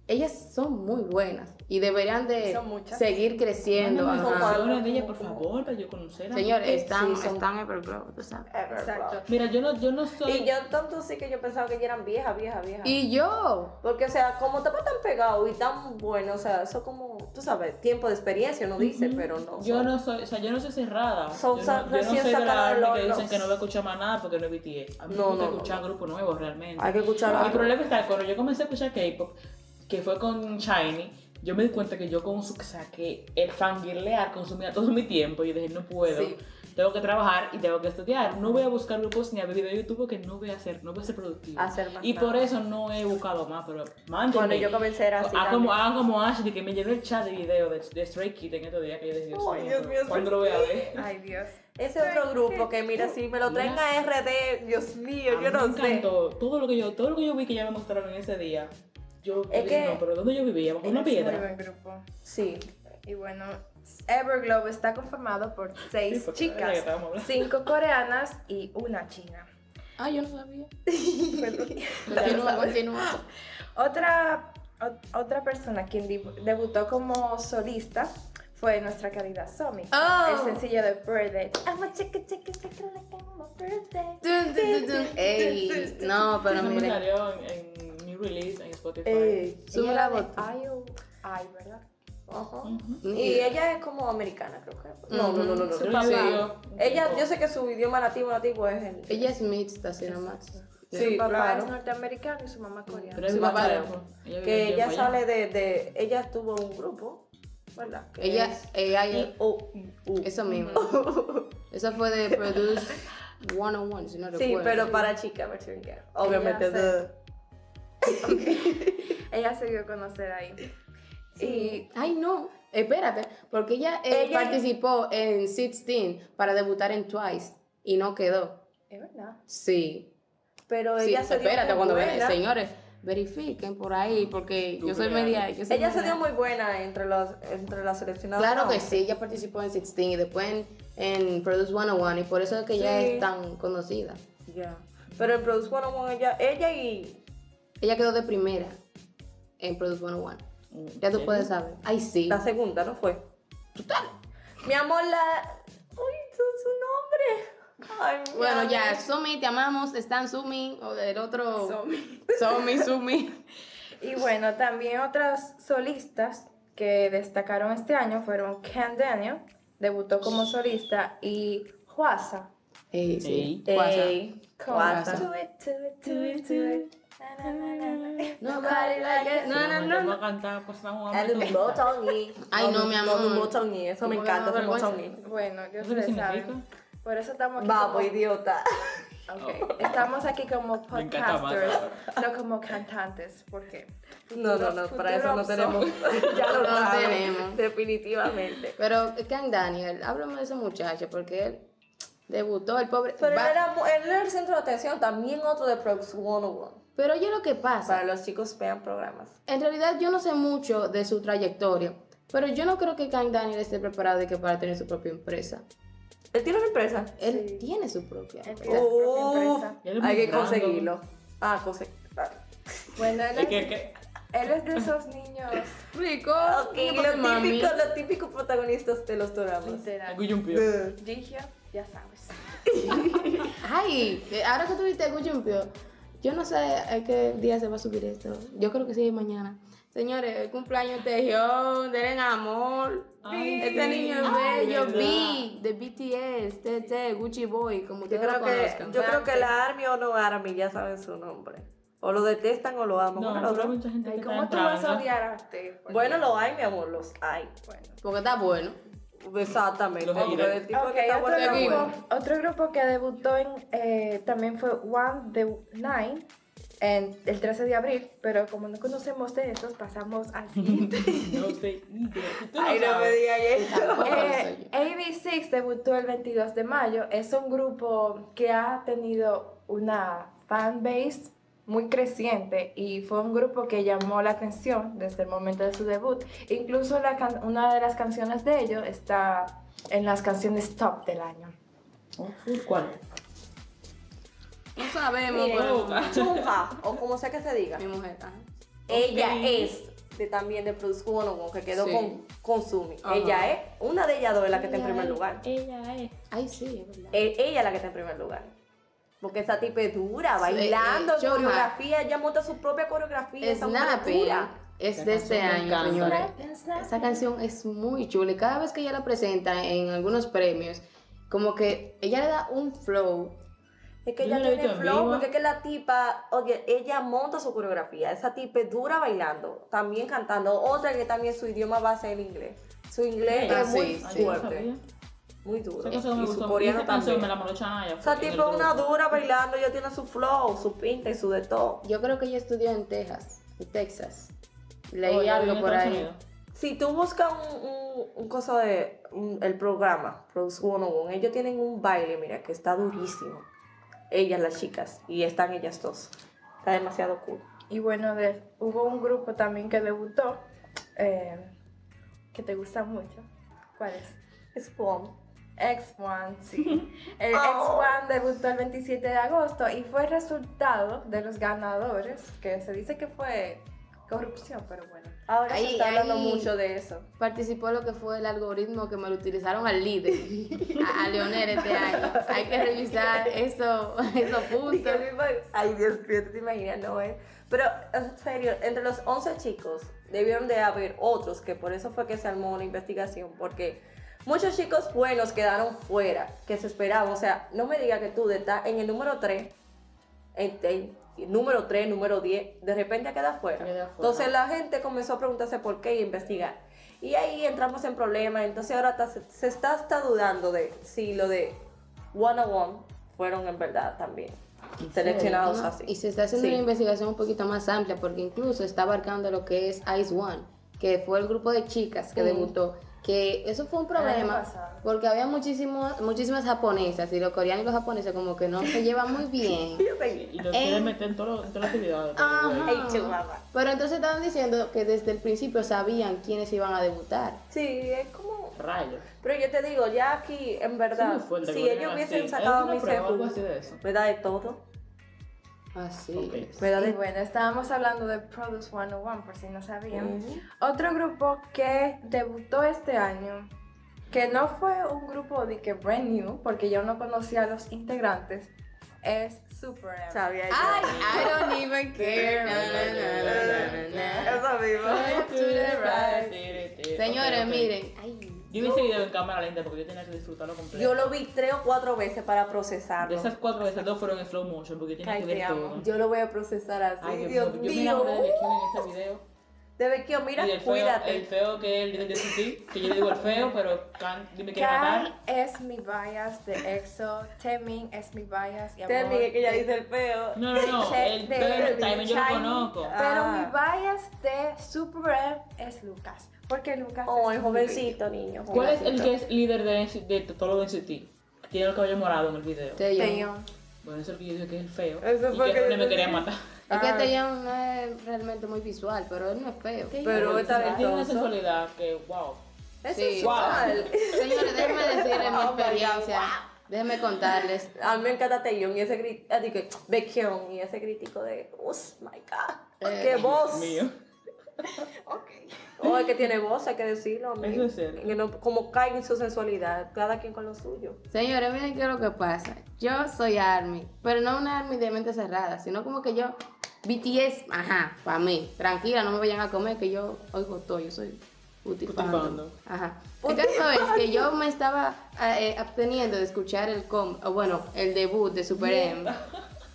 Speaker 4: ellas son muy buenas y deberían de
Speaker 1: Son muchas.
Speaker 4: seguir creciendo.
Speaker 2: Mándame
Speaker 4: ajá.
Speaker 2: canciones de ella, por favor, para yo conocerla.
Speaker 4: Señores, están,
Speaker 5: son-
Speaker 4: están Everglow, tú sabes.
Speaker 1: Exacto.
Speaker 2: Mira, yo no, yo no soy.
Speaker 5: Y yo tanto sí que yo pensaba que ya eran viejas, viejas, viejas.
Speaker 4: Y yo,
Speaker 5: Porque, o sea, como estaba tan pegado y tan bueno, o sea, eso como, tú sabes, tiempo de experiencia uno dice, pero no.
Speaker 2: Yo
Speaker 5: son-
Speaker 2: no soy, o sea, yo no soy cerrada.
Speaker 5: Son
Speaker 2: yo
Speaker 5: sa-
Speaker 2: no, yo no soy
Speaker 5: recién
Speaker 2: de la
Speaker 5: sacadas del
Speaker 2: gente que
Speaker 5: horno.
Speaker 2: dicen que no voy a escuchar más nada porque no es BTS. A mí
Speaker 5: No,
Speaker 2: me gusta
Speaker 5: no, no,
Speaker 2: escuchar
Speaker 5: no.
Speaker 2: grupos nuevos realmente.
Speaker 5: Hay que escuchar
Speaker 2: El
Speaker 5: algo.
Speaker 2: problema está cuando yo comencé a escuchar K-pop, que fue con Shiny, yo me di cuenta que yo con su, o sea, que el fangirlear consumía todo mi tiempo. Yo dije, no puedo.
Speaker 4: Sí.
Speaker 2: Tengo que trabajar y tengo que estudiar. No voy a buscar grupos ni a ver videos de YouTube porque no voy a hacer, no voy a ser productivo.
Speaker 5: Hacer más
Speaker 2: y
Speaker 5: nada.
Speaker 2: por eso no he buscado más, pero mándenme.
Speaker 5: Cuando yo comencé era así
Speaker 2: Ah, como,
Speaker 5: también.
Speaker 2: hagan como Ashley, que me llenó el chat de video de, de Stray Kids en estos días que yo decía,
Speaker 5: Ay, Dios mío,
Speaker 2: ¿cuándo lo voy a ver?
Speaker 1: Ay, Dios.
Speaker 5: Ese otro grupo que, mira, si me lo traen a RD, Dios mío,
Speaker 2: A mí
Speaker 5: yo no
Speaker 2: me
Speaker 5: sé.
Speaker 2: encantó. Todo lo que yo, todo lo que yo vi que ya me mostraron en ese día. Yo
Speaker 5: Es
Speaker 2: dije,
Speaker 5: que-
Speaker 2: no, pero ¿dónde yo vivía? ¿Bajo una
Speaker 1: Es muy
Speaker 2: piedra?
Speaker 1: buen grupo.
Speaker 5: Sí.
Speaker 1: Y bueno, Everglow está conformado por seis
Speaker 2: Sí, porque era la que
Speaker 1: chicas,
Speaker 2: estábamos hablando.
Speaker 1: cinco coreanas y una china.
Speaker 4: Ah, yo no sabía.
Speaker 2: Continúa,
Speaker 4: Continúa, continúa.
Speaker 1: Otra, o- otra persona quien debu- debutó como solista fue nuestra querida Somi.
Speaker 4: Oh.
Speaker 1: El sencillo de Birthday. I'm a chicka chicka chicka like I'm a birthday.
Speaker 4: Dun, dun, dun, dun. Ey, no, pero
Speaker 2: No me
Speaker 4: miren.
Speaker 2: salió en, en mi release en Spotify.
Speaker 1: Ey,
Speaker 4: Sube
Speaker 1: ella
Speaker 4: la
Speaker 1: era de
Speaker 4: bota.
Speaker 1: IO Ay, ¿verdad?
Speaker 5: Ajá.
Speaker 4: Mm.
Speaker 2: Ujú.
Speaker 5: Y ella es como americana, creo que. No, no, no, no. no.
Speaker 2: Su
Speaker 4: papá.
Speaker 2: video,
Speaker 5: Ella,
Speaker 2: tipo,
Speaker 5: yo sé que su idioma nativo nativo es el.
Speaker 4: Ella es mixta, si no más.
Speaker 5: Sí,
Speaker 1: Su papá
Speaker 5: claro.
Speaker 1: es norteamericano y su mamá
Speaker 2: pero
Speaker 1: coreana.
Speaker 2: es
Speaker 4: su
Speaker 2: más
Speaker 4: papá-
Speaker 2: chaleco. Ella vive
Speaker 5: Que
Speaker 2: en
Speaker 5: ella
Speaker 2: Tijuana.
Speaker 5: sale de, de. Ella tuvo un grupo, ¿verdad? Que
Speaker 4: Ella, eh,
Speaker 5: es
Speaker 4: ella, ella-
Speaker 5: IOU.
Speaker 4: eso mismo. Eso fue de Produce 101, si no
Speaker 5: Sí,
Speaker 4: recuerdo.
Speaker 5: pero para chica, versión girl. Obviamente.
Speaker 1: Ella hace-
Speaker 5: de-
Speaker 1: Ella se dio a conocer ahí. Y
Speaker 4: Ay, no, espérate, porque ella, eh,
Speaker 5: Ella-
Speaker 4: participó en 16 para debutar en Twice y no quedó.
Speaker 1: es verdad.
Speaker 4: Sí,
Speaker 5: Pero
Speaker 4: sí,
Speaker 5: ella se dio.
Speaker 4: espérate,
Speaker 5: muy
Speaker 4: cuando ven,
Speaker 5: buena.
Speaker 4: señores, verifiquen por ahí, porque yo soy
Speaker 2: Googlealo.
Speaker 4: media... yo soy
Speaker 5: Ella se
Speaker 4: media-
Speaker 5: dio muy buena entre, los, entre las seleccionadas.
Speaker 4: Claro que
Speaker 5: hombres.
Speaker 4: sí, ella participó en 16 y después en, en Produce 101 y por eso es que ella
Speaker 5: Sí.
Speaker 4: es tan conocida.
Speaker 5: Ya. Pero en Produce 101 ella, ella y.
Speaker 4: Ella quedó de primera en Produce 101. Ya tú
Speaker 2: Sí.
Speaker 4: puedes saber. Ay, sí.
Speaker 5: La segunda, ¿no fue?
Speaker 4: Total.
Speaker 5: Mi amor, la. Uy, su, su nombre. Ay, mi
Speaker 4: Bueno, ya,
Speaker 5: amor.
Speaker 4: Sumi, te amamos. Están Sumi, o el otro.
Speaker 1: Somi.
Speaker 4: Sumi, Sumi.
Speaker 1: Y bueno, también otras solistas que destacaron este año fueron Ken Daniel, debutó como solista, y Huasa.
Speaker 4: Ey,
Speaker 2: Ey.
Speaker 4: sí. Guasa.
Speaker 5: Ey,
Speaker 1: con
Speaker 5: Huasa.
Speaker 1: Do it, do it, do it, do it. Na, na, na, na, na.
Speaker 4: Nobody like it. No, no, no,
Speaker 2: Vamos
Speaker 4: no.
Speaker 2: a cantar, pues, vamos a
Speaker 5: El
Speaker 2: cantar.
Speaker 5: Motongi.
Speaker 4: Ay, no, mi amor.
Speaker 5: El Motongi, eso me
Speaker 4: No me da
Speaker 5: encanta, el
Speaker 4: vergüenza.
Speaker 5: Motongi.
Speaker 1: Bueno, yo
Speaker 2: ¿Eso qué
Speaker 1: ustedes saben.
Speaker 2: significa?
Speaker 1: Por eso estamos aquí.
Speaker 5: Babo,
Speaker 1: como-
Speaker 5: pues, idiota.
Speaker 1: Ok, Estamos aquí como
Speaker 2: Me encanta
Speaker 1: podcasters, no como cantantes, porque
Speaker 5: No, no, no,
Speaker 1: Futuro-
Speaker 5: para eso no
Speaker 1: futuro
Speaker 5: tenemos. ya lo
Speaker 4: No
Speaker 5: saben,
Speaker 4: tenemos.
Speaker 5: Definitivamente.
Speaker 4: Pero, Ken Daniel, háblame de ese muchacho, porque él debutó, el pobre.
Speaker 5: Pero
Speaker 4: va-
Speaker 5: él era, mu- él era el centro de atención, también otro de Prox 101.
Speaker 4: Pero oye lo que pasa.
Speaker 5: Para los chicos vean programas.
Speaker 4: En realidad, yo no sé mucho de su trayectoria. Pero yo no creo que Ken Daniel esté preparado de que para tener su propia empresa.
Speaker 5: Él tiene una empresa.
Speaker 4: Él
Speaker 1: Sí.
Speaker 4: tiene su propia.
Speaker 1: él tiene su propia
Speaker 5: Uf,
Speaker 1: empresa.
Speaker 2: Ya lo
Speaker 5: hay que
Speaker 2: mostrando.
Speaker 5: conseguirlo. Ah, conse- ah.
Speaker 1: Bueno, él
Speaker 2: Es que-
Speaker 1: es,
Speaker 2: que-
Speaker 1: él es de esos niños,
Speaker 4: Rico.
Speaker 5: Ok, lo típico, los típicos protagonistas de los dramas.
Speaker 1: literal.
Speaker 2: Hago yo un pío.
Speaker 5: Duh.
Speaker 1: Gigio, ya sabes.
Speaker 4: Ay, eh, ahora que tuviste Guchumpio, yo no sé a qué día se va a subir esto. Yo creo que sí, mañana. Señores, el cumpleaños de Hyun, denle amor.
Speaker 2: Ay,
Speaker 4: este
Speaker 2: sí.
Speaker 4: niño
Speaker 2: Ay,
Speaker 4: es bello,
Speaker 2: ¿verdad?
Speaker 4: B, de BTS, TT, Gucci Boy, como
Speaker 5: Yo
Speaker 4: ustedes lo
Speaker 5: creo que,
Speaker 4: conozcan.
Speaker 5: yo creo que la Army o no Army ya saben su nombre. O lo detestan o lo aman.
Speaker 2: No,
Speaker 5: uno o lo
Speaker 2: pero
Speaker 5: otro.
Speaker 2: hay mucha gente
Speaker 1: Ay,
Speaker 2: que está
Speaker 1: ¿Cómo tú vas a
Speaker 2: entrando.
Speaker 1: odiar a usted? Por
Speaker 5: Bueno,
Speaker 1: Dios.
Speaker 5: lo hay, mi amor, los hay.
Speaker 1: Bueno.
Speaker 4: Porque está bueno.
Speaker 5: Exactamente.
Speaker 2: Los hay.
Speaker 5: Pero el tipo
Speaker 1: Ok,
Speaker 5: que está
Speaker 1: otro,
Speaker 5: bueno está
Speaker 1: grupo,
Speaker 5: bueno.
Speaker 1: otro grupo que debutó en, eh, también fue One the Nine en el 13 de abril, pero como no conocemos de esos, pasamos al siguiente.
Speaker 2: No sé. ni idea. Si tú
Speaker 5: Ay, no me
Speaker 2: sabes.
Speaker 5: digas eso.
Speaker 4: Tampoco lo sé
Speaker 1: Eh,
Speaker 4: yo.
Speaker 1: AB6 debutó el 22 de mayo. Es un grupo que ha tenido una fan base muy creciente y fue un grupo que llamó la atención desde el momento de su debut. Incluso la can- una de las canciones de ellos está en las canciones top del año.
Speaker 2: ¿Cuál?
Speaker 4: No sabemos,
Speaker 5: Miren,
Speaker 4: pero
Speaker 5: Chunja, o como sea que se diga.
Speaker 4: mi mujer. ajá.
Speaker 5: Ella es de, también de Produce 101, que quedó
Speaker 4: Sí.
Speaker 5: con Consumi.
Speaker 4: Ajá.
Speaker 5: Ella es, una de ellas dos es la que está en primer lugar.
Speaker 2: Ella es.
Speaker 4: Ay, sí, es verdad.
Speaker 5: E- ella es la que está en primer lugar. Porque esa tipa es dura,
Speaker 4: Sí,
Speaker 5: bailando,
Speaker 4: eh, Choma.
Speaker 5: coreografía, ella monta su propia coreografía. esa mujer es
Speaker 4: Snapping
Speaker 5: dura.
Speaker 4: es
Speaker 2: Esa
Speaker 4: de este
Speaker 2: canción me
Speaker 4: año,
Speaker 2: encanta.
Speaker 4: señores. Esa
Speaker 1: Esa
Speaker 4: canción es muy chula y cada vez que ella la presenta en algunos premios, como que ella le da un flow.
Speaker 5: Es que
Speaker 2: Yo
Speaker 5: ella
Speaker 2: no la he
Speaker 5: tiene
Speaker 2: visto en
Speaker 5: flow,
Speaker 2: vivo.
Speaker 5: porque es que la tipa, oye, ella monta su coreografía. Esa tipa es dura bailando, también cantando. Otra que también su idioma base es el inglés. Su inglés
Speaker 4: Ah,
Speaker 5: es
Speaker 4: sí,
Speaker 5: muy
Speaker 4: sí.
Speaker 5: fuerte, muy duro.
Speaker 2: Esa canción me
Speaker 5: Y su
Speaker 2: gustó.
Speaker 5: coreano
Speaker 2: Esa canción me
Speaker 5: también.
Speaker 2: la moló Chanaya.
Speaker 5: Esa
Speaker 2: fue en el
Speaker 5: tipa es una
Speaker 2: grupo.
Speaker 5: dura bailando, ella tiene su flow, su pinta y su de todo.
Speaker 4: Yo creo que ella estudió en Texas, en Texas.
Speaker 2: Oh,
Speaker 4: Leí
Speaker 2: ella
Speaker 4: algo
Speaker 2: viene de
Speaker 4: por
Speaker 2: Estados
Speaker 4: ahí.
Speaker 2: Unidos.
Speaker 5: Si tú buscas un, un, un cosa de un- el programa, Produce 101, ellos tienen un baile, mira, que está durísimo. Ellas, las chicas, y están ellas dos. Está demasiado cool.
Speaker 1: Y bueno, de- hubo un grupo también que debutó eh, que te gusta mucho. ¿Cuál es?
Speaker 5: Es bomb.
Speaker 1: X1, sí. El X1 debutó el 27 de agosto y fue resultado de los ganadores, que se dice que fue corrupción, pero bueno. Ahora
Speaker 4: Ahí-
Speaker 1: se está hablando
Speaker 4: ahí-
Speaker 1: mucho de eso.
Speaker 4: Participó lo que fue el algoritmo que mal utilizaron al líder, a, a Leonel este año. Hay que revisar eso, esos
Speaker 5: Y que
Speaker 4: puntos.
Speaker 5: el mismo- Ay, Dios mío, ¿tú te imaginas? No, eh. Pero, en serio, entre los 11 chicos debieron de haber otros, que por eso fue que se armó la investigación, porque muchos chicos buenos quedaron fuera, que se esperaban. O sea, no me diga que tú de ta- en el número 3, en, en número 3, número 10, de repente queda fuera.
Speaker 2: Queda fuera.
Speaker 5: Entonces la gente comenzó a preguntarse por qué y investigar. Y ahí entramos en problemas, entonces ahora hasta se, se está hasta dudando de si lo de 101 fueron en verdad también seleccionados
Speaker 4: No,
Speaker 5: así.
Speaker 4: Y se está haciendo
Speaker 5: Sí.
Speaker 4: una investigación un poquito más amplia porque incluso está abarcando lo que es Ice One, que fue el grupo de chicas que
Speaker 5: Mm.
Speaker 4: debutó. Que eso fue un
Speaker 1: El año
Speaker 4: problema
Speaker 1: pasado.
Speaker 4: porque había muchísimos, muchísimas japonesas y los coreanos y los japoneses como que no se llevan muy bien.
Speaker 2: Y lo quieren meter en, todo, lo- en todas las actividades. pero
Speaker 4: Ajá.
Speaker 2: igual.
Speaker 5: Ey, Chihuahua.
Speaker 4: Pero entonces estaban diciendo que desde el principio sabían quiénes iban a debutar.
Speaker 5: Sí, es como.
Speaker 2: Rayo.
Speaker 5: Pero yo te digo, ya aquí, en
Speaker 2: Eso es
Speaker 5: verdad,
Speaker 2: muy fuerte,
Speaker 5: si
Speaker 2: que lo
Speaker 5: ellos
Speaker 2: digan
Speaker 5: hubiesen
Speaker 2: así.
Speaker 5: sacado
Speaker 2: ¿Es una
Speaker 5: mis
Speaker 2: prueba o algo
Speaker 5: ejemplos,
Speaker 2: así de eso?
Speaker 5: me da de todo.
Speaker 4: Así.
Speaker 2: Ok.
Speaker 5: Me da
Speaker 1: Y
Speaker 5: de
Speaker 1: bueno, estábamos hablando de Produce 101, por si no sabían.
Speaker 5: Ujú.
Speaker 1: Otro grupo que debutó este año, que no fue un grupo de que brand new, porque yo no conocía a los integrantes, es Super M.
Speaker 5: Sabía yo.
Speaker 4: Ay, I don't even care. Na, na, na, na, na, na.
Speaker 5: Eso mismo.
Speaker 4: Up to the right. Señores,
Speaker 2: Ok, ok.
Speaker 4: miren. Ay,
Speaker 2: Yo vi ese video en cámara lenta porque yo tenía que disfrutarlo completo.
Speaker 5: Yo lo vi tres o cuatro veces para
Speaker 2: De
Speaker 5: procesarlo.
Speaker 2: esas cuatro veces, dos fueron en slow motion porque tienes
Speaker 1: Ay,
Speaker 2: que
Speaker 1: te
Speaker 2: ver
Speaker 1: amo.
Speaker 2: todo.
Speaker 5: Yo lo voy a procesar así.
Speaker 2: Ay,
Speaker 5: Dios,
Speaker 2: Yo me
Speaker 5: mío.
Speaker 2: enamoré de Kim en este video.
Speaker 5: De Bequio, mira,
Speaker 2: y el feo,
Speaker 5: cuídate.
Speaker 2: el feo que él de ti, que yo le digo el feo, pero can, dime que
Speaker 1: Kai
Speaker 2: matar.
Speaker 1: es mi bias de EXO, Temin es mi bias y amor.
Speaker 5: Te dije que ella
Speaker 1: de-
Speaker 5: dice el feo.
Speaker 2: No, no, no,
Speaker 1: Che-
Speaker 2: el
Speaker 1: de-
Speaker 2: feo
Speaker 1: de-
Speaker 2: el Time yo lo
Speaker 1: Shiny.
Speaker 2: conozco.
Speaker 1: Pero mi
Speaker 5: Ah.
Speaker 1: bias de Super M es Lucas, porque Lucas
Speaker 5: Oh,
Speaker 1: es
Speaker 5: el
Speaker 1: muy
Speaker 5: jovencito, niño.
Speaker 2: ¿Cuál es el
Speaker 5: jovencito.
Speaker 2: que es líder de, NC de todo lo de NCT? Tiene el cabello morado en el video.
Speaker 4: Taeyong.
Speaker 1: bello. Taeyong.
Speaker 2: Bueno, eso es el que yo dije que es el feo.
Speaker 5: Eso
Speaker 2: y
Speaker 5: fue
Speaker 2: que
Speaker 5: que
Speaker 2: Rune
Speaker 5: yo
Speaker 2: me
Speaker 5: te
Speaker 2: quería
Speaker 5: dije.
Speaker 2: matar.
Speaker 4: Es que
Speaker 5: Ah.
Speaker 4: Taeyong no es realmente muy visual, pero él no es feo.
Speaker 5: Pero
Speaker 2: Él
Speaker 5: está
Speaker 2: Tiene una
Speaker 5: talentoso.
Speaker 2: sensualidad que, wow.
Speaker 5: Eso
Speaker 4: Sí.
Speaker 5: es mal.
Speaker 4: Señores, déjenme decirles mi
Speaker 5: Oh my God,
Speaker 4: experiencia. Déjenme contarles.
Speaker 5: A mí me encanta Taeyong y ese grito, digo, Baekhyun y ese crítico de, oh my god,
Speaker 4: Eh,
Speaker 5: qué
Speaker 4: Dios
Speaker 5: voz.
Speaker 2: Mío.
Speaker 5: Oh, es que tiene voz, hay que decirlo. mi-
Speaker 2: Eso es cierto.
Speaker 5: que no- como cae en su sensualidad, cada quien con lo suyo.
Speaker 4: Señores, miren qué es lo que pasa. Yo soy ARMY, pero no una ARMY de mente cerrada, sino como que yo, BTS, ajá, para mí. Tranquila, no me vayan a comer, que yo oigo todo, yo soy putifando.
Speaker 2: Putifando.
Speaker 4: Ajá. El caso es que yo me estaba eh, absteniendo de escuchar el com, o bueno, el debut de Super M,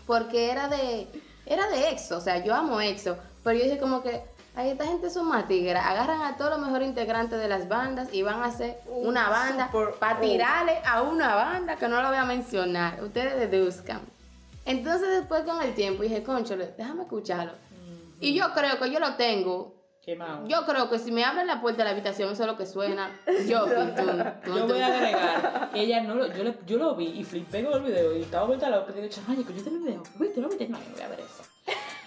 Speaker 4: porque era de, era de EXO, o sea, yo amo EXO, pero yo dije como que, ay, esta gente son más tigres, agarran a todos los mejores integrantes de las bandas y van a hacer
Speaker 5: Un
Speaker 4: una banda
Speaker 5: super-
Speaker 4: para tirarle a una banda que no la voy a mencionar. Ustedes deduzcan. Entonces después con el tiempo dije, conchole, déjame escucharlo. Y yo creo que yo lo tengo.
Speaker 2: Quemado.
Speaker 4: Yo creo que si me abren la puerta de la habitación, eso es lo que suena. Yo, tum, tum, tum,
Speaker 2: Yo
Speaker 4: tum.
Speaker 2: voy a agregar que ella no lo, yo, le- yo lo vi y flipé con el video y estaba vuelta loca y digo, chaval, que yo tengo este el video, viste, no viste, no, yo no voy a ver eso.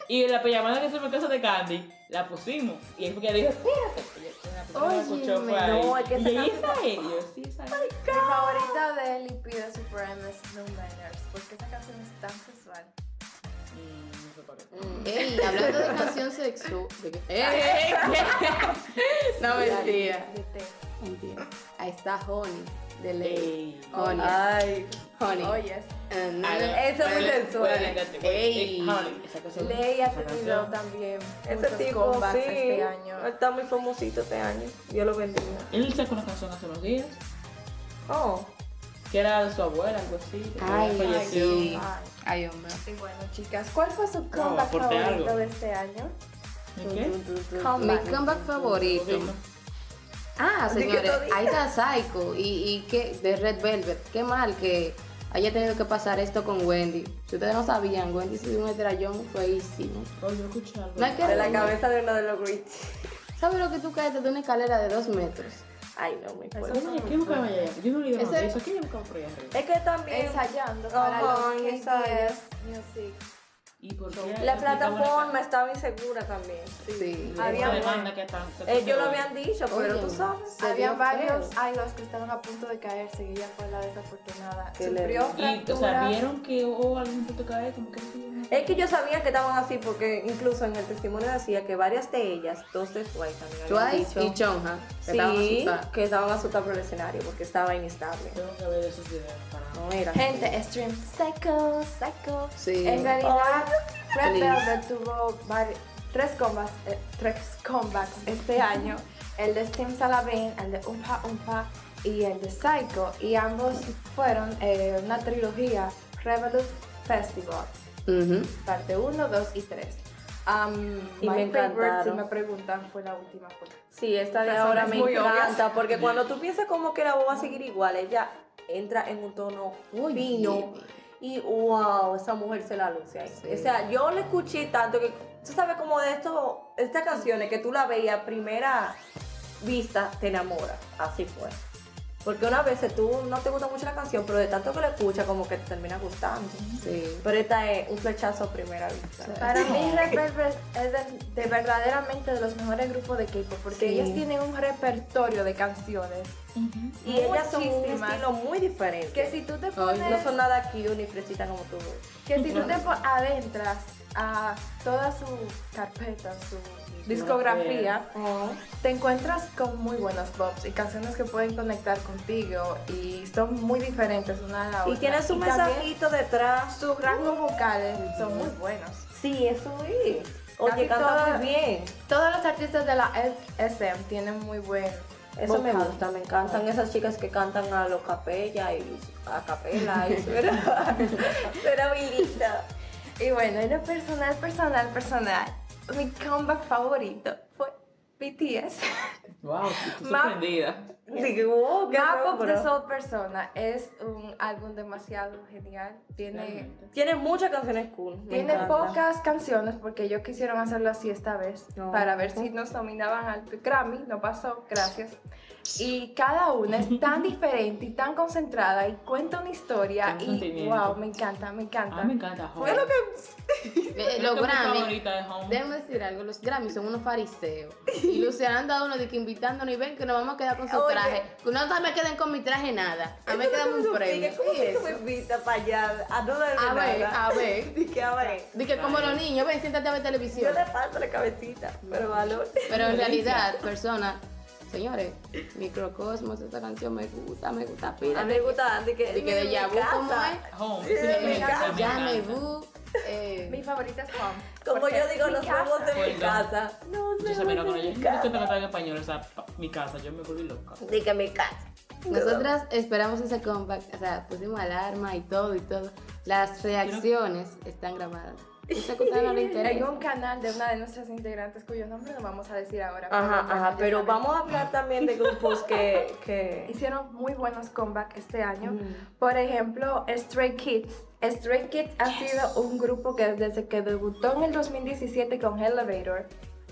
Speaker 2: Y en la pijamada que se me casa de Candy, la pusimos y es porque ella dijo, espérate, y yo- la persona que la escuchó fue
Speaker 5: Óyeme,
Speaker 2: ahí.
Speaker 5: no, es que
Speaker 2: y
Speaker 5: esa
Speaker 2: ella, "¿Y esa
Speaker 5: canción-
Speaker 2: es? Y yo, sí, esa es.
Speaker 1: Mi favorita de Lipi de Super M es No Miners, porque esa canción es tan sexual.
Speaker 2: Mm, no se parece.
Speaker 4: Ey, hablando de canción sexual. no, mentira.
Speaker 1: De
Speaker 4: Mentira. Ahí está Honey, de ley.
Speaker 2: Ey.
Speaker 4: Honey.
Speaker 5: Ay,
Speaker 4: Honey.
Speaker 1: Oyes.
Speaker 4: Eh, no,
Speaker 2: Ay,
Speaker 4: no.
Speaker 2: no,
Speaker 5: Eso es muy
Speaker 2: huele,
Speaker 5: sensual.
Speaker 2: huele, date, huele.
Speaker 4: Ey.
Speaker 2: Honey, esa canción-
Speaker 1: Ley ha
Speaker 2: esa
Speaker 1: tenido
Speaker 2: canción.
Speaker 1: también
Speaker 5: ese
Speaker 1: muchos
Speaker 5: tipo,
Speaker 1: comebacks
Speaker 5: sí,
Speaker 1: este año.
Speaker 5: está muy famosito este año, yo lo bendigo.
Speaker 2: Él sacó una canción hace unos días,
Speaker 5: Oh,
Speaker 2: que era de su abuela, algo así, que
Speaker 4: Ay,
Speaker 2: falleció.
Speaker 4: sí.
Speaker 5: Ah,
Speaker 1: Ay,
Speaker 4: Ay, hombre.
Speaker 1: y bueno, chicas, ¿cuál fue su comeback
Speaker 2: aporte
Speaker 1: favorito
Speaker 2: algo.
Speaker 1: de este año?
Speaker 2: ¿Y qué?
Speaker 4: Mi
Speaker 1: Comeback.
Speaker 4: comeback favorito. Ah,
Speaker 5: Así que
Speaker 4: señores,
Speaker 5: todita.
Speaker 4: ahí está Psycho y, y que, de Red Velvet. Qué mal que haya tenido que pasar esto con Wendy. Si ustedes no sabían, Wendy se dio un estrellón feísimo.
Speaker 2: Oh, yo escuché algo.
Speaker 4: No hay que
Speaker 5: de la cabeza de uno de los Greets.
Speaker 4: ¿Sabes lo que tú caes de una escalera de dos metros?
Speaker 5: Ay, no, muy
Speaker 1: Eso
Speaker 5: fuerte.
Speaker 2: Yo no- ¿Qué buscaba allá? Yo no le iba a
Speaker 4: Ese-
Speaker 2: mandar eso. ¿Qué yo buscaba por allá arriba?
Speaker 5: Es que también,
Speaker 1: Ensayando para
Speaker 5: Ajá,
Speaker 1: los
Speaker 5: ensayo.
Speaker 1: KBS Music
Speaker 2: ¿Y por qué?
Speaker 5: La
Speaker 2: Está buena
Speaker 5: plataforma estaba insegura también. Sí.
Speaker 4: Sí.
Speaker 1: Había-
Speaker 2: esa demanda que están- que
Speaker 5: Ellos lo
Speaker 2: están-
Speaker 5: habían dicho, pero
Speaker 4: Oye.
Speaker 5: tú sabes.
Speaker 4: Se
Speaker 1: Había
Speaker 4: vio
Speaker 1: varios
Speaker 4: feo.
Speaker 1: idols que estaban a punto de caerse y ella fue la desafortunada.
Speaker 5: Qué
Speaker 1: Sufrió
Speaker 2: Y, o sea,
Speaker 1: fracturas.
Speaker 2: vieron que hubo algún punto que cae, como que sí.
Speaker 5: Es que yo sabía que estaban así porque incluso en el testimonio decía que varias de ellas, dos de Twice también habían
Speaker 4: Twice y
Speaker 5: dicho
Speaker 4: Chonha. que estaban
Speaker 5: sí,
Speaker 4: asustadas.
Speaker 5: que estaban asustadas por el escenario porque estaba inestable.
Speaker 2: Tengo que ver esos videos para.
Speaker 5: No era.
Speaker 1: Gente, stream psycho, psycho.
Speaker 4: Sí.
Speaker 1: En realidad, Red
Speaker 4: Please.
Speaker 1: Velvet tuvo vari- tres combats, eh, tres comebacks este año. El de Steam Salabane, el de Umpa Umpa y el de Psycho. Y ambos fueron eh, una trilogía, Revolut Festival,
Speaker 4: Ujú.
Speaker 1: parte 1, 2 y 3.
Speaker 5: Y me
Speaker 1: si
Speaker 5: encantaron.
Speaker 1: me preguntan, fue la última. porque-
Speaker 5: Sí, esta de
Speaker 1: Razones
Speaker 5: ahora me
Speaker 1: muy obvias.
Speaker 5: encanta porque cuando tú piensas como que la voz va a seguir igual, ella entra en un tono
Speaker 4: Oye.
Speaker 5: fino y wow, esa mujer se la luce ahí.
Speaker 4: Sí.
Speaker 5: O sea, yo la escuché tanto que tú sabes como de esto, estas canciones que tú la veías a primera vista te enamora, así fue. Porque una vez tú no te gusta mucho la canción, pero de tanto que la escuchas como que te termina gustando.
Speaker 4: Sí.
Speaker 5: Pero esta es un flechazo a primera vista.
Speaker 4: Sí.
Speaker 1: Para mí Red Velvet es de, de verdaderamente de los mejores grupos de K-pop porque
Speaker 5: Sí.
Speaker 1: ellas tienen un repertorio de canciones
Speaker 5: Y ellas son un
Speaker 1: Muchísimas.
Speaker 5: estilo muy diferente.
Speaker 1: que si tú te
Speaker 4: Ay,
Speaker 1: pones
Speaker 4: no
Speaker 5: no son nada cute ni fresita como tú.
Speaker 1: que si tú te po- adentras a toda su carpeta, su discografía, te encuentras con muy buenos pops y canciones que pueden conectar contigo y son muy diferentes una a la otra.
Speaker 5: Y tiene su
Speaker 1: también
Speaker 5: mensajito detrás.
Speaker 1: sus rangos vocales son muy buenos.
Speaker 5: Sí, eso es. Oye,
Speaker 1: Casi
Speaker 5: canta
Speaker 1: todas-
Speaker 5: muy bien.
Speaker 1: Todos los artistas de la SM tienen muy buen
Speaker 5: Eso me
Speaker 1: vocal.
Speaker 5: gusta, me encantan esas chicas que cantan a lo capella y a capela y suena, suena muy linda.
Speaker 1: Y bueno, en lo personal, personal, personal, mi comeback favorito fue BTS.
Speaker 2: Wow, estoy
Speaker 1: Ma-
Speaker 2: sorprendida.
Speaker 5: Digo, wow, qué
Speaker 1: Map of the
Speaker 5: raro.
Speaker 1: Soul Persona es un álbum demasiado genial. Tiene,
Speaker 2: Realmente.
Speaker 5: Tiene muchas canciones cool. me
Speaker 1: tiene
Speaker 5: encanta.
Speaker 1: pocas canciones porque ellos quisieron hacerlo así esta vez
Speaker 5: No.
Speaker 1: para ver si nos nominaban al Grammy. No pasó, gracias. Y cada una es tan diferente y tan concentrada y cuenta una historia.
Speaker 2: Tanto
Speaker 1: Y
Speaker 2: sentimiento.
Speaker 1: wow, me encanta, me encanta.
Speaker 2: A mí me encanta.
Speaker 5: ¿Qué es lo que
Speaker 4: Eh, Los
Speaker 2: Creo que mi
Speaker 4: Grammy.
Speaker 2: favorita es Home.
Speaker 4: Déjame decir algo, los Grammy son unos fariseos. Y Luciana anda uno de que invitándonos y ven que nos vamos a quedar con su
Speaker 5: Oye.
Speaker 4: traje. Que no me queden con mi traje nada. A mí me
Speaker 5: Eso
Speaker 4: queda
Speaker 5: no
Speaker 4: un
Speaker 5: me
Speaker 4: premio.
Speaker 5: explica, ¿Cómo
Speaker 4: ¿Y
Speaker 5: que tú
Speaker 4: eso? Ah,
Speaker 5: me invitas para allá? A no darme
Speaker 4: A ver,
Speaker 5: nada.
Speaker 4: a ver.
Speaker 5: Dije, a ver.
Speaker 4: De que como los niños, ven, siéntate a ver
Speaker 5: Yo
Speaker 4: televisión.
Speaker 5: le paso la cabecita, pero
Speaker 4: Mm.
Speaker 5: valor.
Speaker 4: Pero en realidad, personas, señores, microcosmos, esta canción me gusta, me gusta pila.
Speaker 5: A mí me gusta Andy que
Speaker 4: De que de
Speaker 5: mi
Speaker 4: Yabu,
Speaker 5: casa,
Speaker 4: ¿cómo es?
Speaker 2: Home.
Speaker 5: Sí,
Speaker 2: sí,
Speaker 5: me
Speaker 2: me
Speaker 5: encanta.
Speaker 2: encanta.
Speaker 4: Ya me
Speaker 2: gusta.
Speaker 4: bu.
Speaker 1: Mi
Speaker 4: eh,
Speaker 1: favorita es Juan.
Speaker 5: Como yo digo, nos vemos de mi
Speaker 2: Oiga.
Speaker 5: casa. No
Speaker 2: Yo sabía no
Speaker 5: de
Speaker 2: yo
Speaker 5: mi
Speaker 2: nunca te
Speaker 5: casa.
Speaker 2: trataba en español, o sea, pa- mi casa, yo me volví loca.
Speaker 5: De que mi casa.
Speaker 4: Nosotras esperamos ese comeback, o sea, pusimos alarma y todo y todo. Las reacciones están grabadas. Esa cosa no le
Speaker 1: Hay
Speaker 4: interesa.
Speaker 1: un canal de una de nuestras integrantes cuyo nombre no vamos a decir ahora.
Speaker 5: Ajá,
Speaker 1: bueno,
Speaker 5: ajá,
Speaker 1: ya
Speaker 5: pero
Speaker 1: saben.
Speaker 5: vamos a hablar también de grupos que... que...
Speaker 1: Hicieron muy buenos comebacks este año.
Speaker 5: Mm.
Speaker 1: Por ejemplo, Stray Kids. Stray Kids ha sido un grupo que desde que debutó en el 2017 con Elevator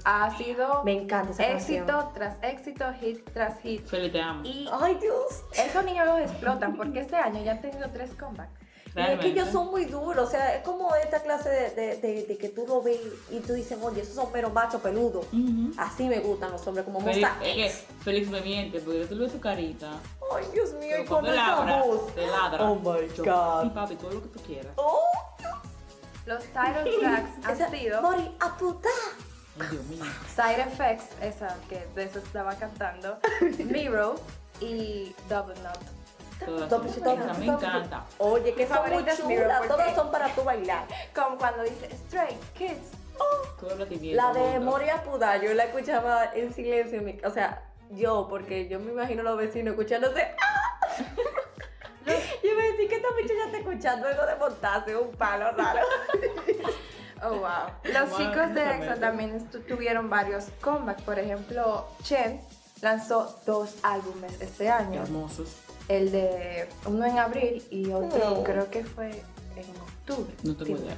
Speaker 1: ha sido
Speaker 5: Me encanta esa canción.
Speaker 1: éxito tras éxito, hit tras hit.
Speaker 2: Feli, te amo.
Speaker 1: Y
Speaker 5: Ay, Dios.
Speaker 1: esos niños los explotan porque este año ya han tenido tres comebacks.
Speaker 5: Y es que
Speaker 2: Realmente.
Speaker 5: ellos son muy duros, o sea, es como esta clase de, de- de- de que tú lo ves y tú dices, oye, esos son pero machos peludos.
Speaker 2: Ujú.
Speaker 5: Así me gustan los hombres, como
Speaker 2: Félix,
Speaker 5: Monsta
Speaker 2: es que Félix me miente, porque yo te veo su carita.
Speaker 5: Ay, Dios mío, y
Speaker 2: Pero
Speaker 5: con
Speaker 2: cuando
Speaker 5: esa
Speaker 2: ladra,
Speaker 5: voz.
Speaker 2: te ladra.
Speaker 5: Oh, my
Speaker 2: Yo,
Speaker 5: God.
Speaker 2: Sí, papi, todo lo que tú quieras.
Speaker 5: Oh,
Speaker 1: Los title tracks
Speaker 5: esa-
Speaker 1: han sido
Speaker 5: Mori, a puta.
Speaker 2: Ay, Dios mío.
Speaker 1: Side Effects, esa que de eso estaba cantando, Miro y Double Knot.
Speaker 2: Todas
Speaker 5: Top,
Speaker 2: son-
Speaker 5: top,
Speaker 2: esa me
Speaker 5: top.
Speaker 2: encanta.
Speaker 5: Oye, que son muy
Speaker 1: Favoritas, mira,
Speaker 5: chulas,
Speaker 1: ¿por
Speaker 5: todas
Speaker 1: qué?
Speaker 5: son para tú bailar.
Speaker 1: Como cuando dice Stray Kids.
Speaker 2: Todo lo que tienes.
Speaker 5: La de
Speaker 2: mundo.
Speaker 5: Moria Puda, yo la escuchaba en silencio, en mi- o sea, yo, porque yo me imagino a los vecinos escuchándose. ¡ah! Yo me decía que esta muchacha está escuchando algo de montarse, un palo raro.
Speaker 1: Oh, wow. Los
Speaker 2: Wow,
Speaker 1: chicos de
Speaker 2: justamente.
Speaker 1: EXO también estu- tuvieron varios comebacks. Por ejemplo, Chen lanzó dos álbumes este año.
Speaker 2: Hermosos.
Speaker 1: El de uno en abril y otro
Speaker 5: Mm.
Speaker 1: creo que fue en octubre.
Speaker 2: Oh. No tengo
Speaker 1: Sí.
Speaker 2: idea.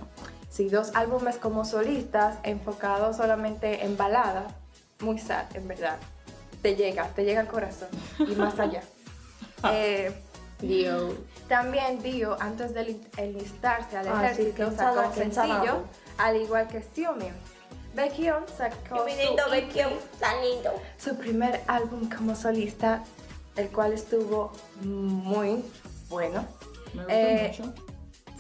Speaker 1: Sí, dos álbumes como solistas enfocados solamente en balada. Muy sad, en verdad. Te llega, te llega al corazón y más allá. Eh,
Speaker 4: Dios.
Speaker 1: también Dio, antes de enlistarse al
Speaker 5: Ah, sí,
Speaker 1: ejército,
Speaker 5: qué
Speaker 2: Ah,
Speaker 1: sacó un
Speaker 5: ensalada, qué
Speaker 1: sencillo
Speaker 5: ensalada.
Speaker 1: al igual que Xiumin. Baekhyun sacó su, su primer álbum como solista, el cual estuvo muy bueno.
Speaker 2: Me gusta
Speaker 1: Eh,
Speaker 2: mucho.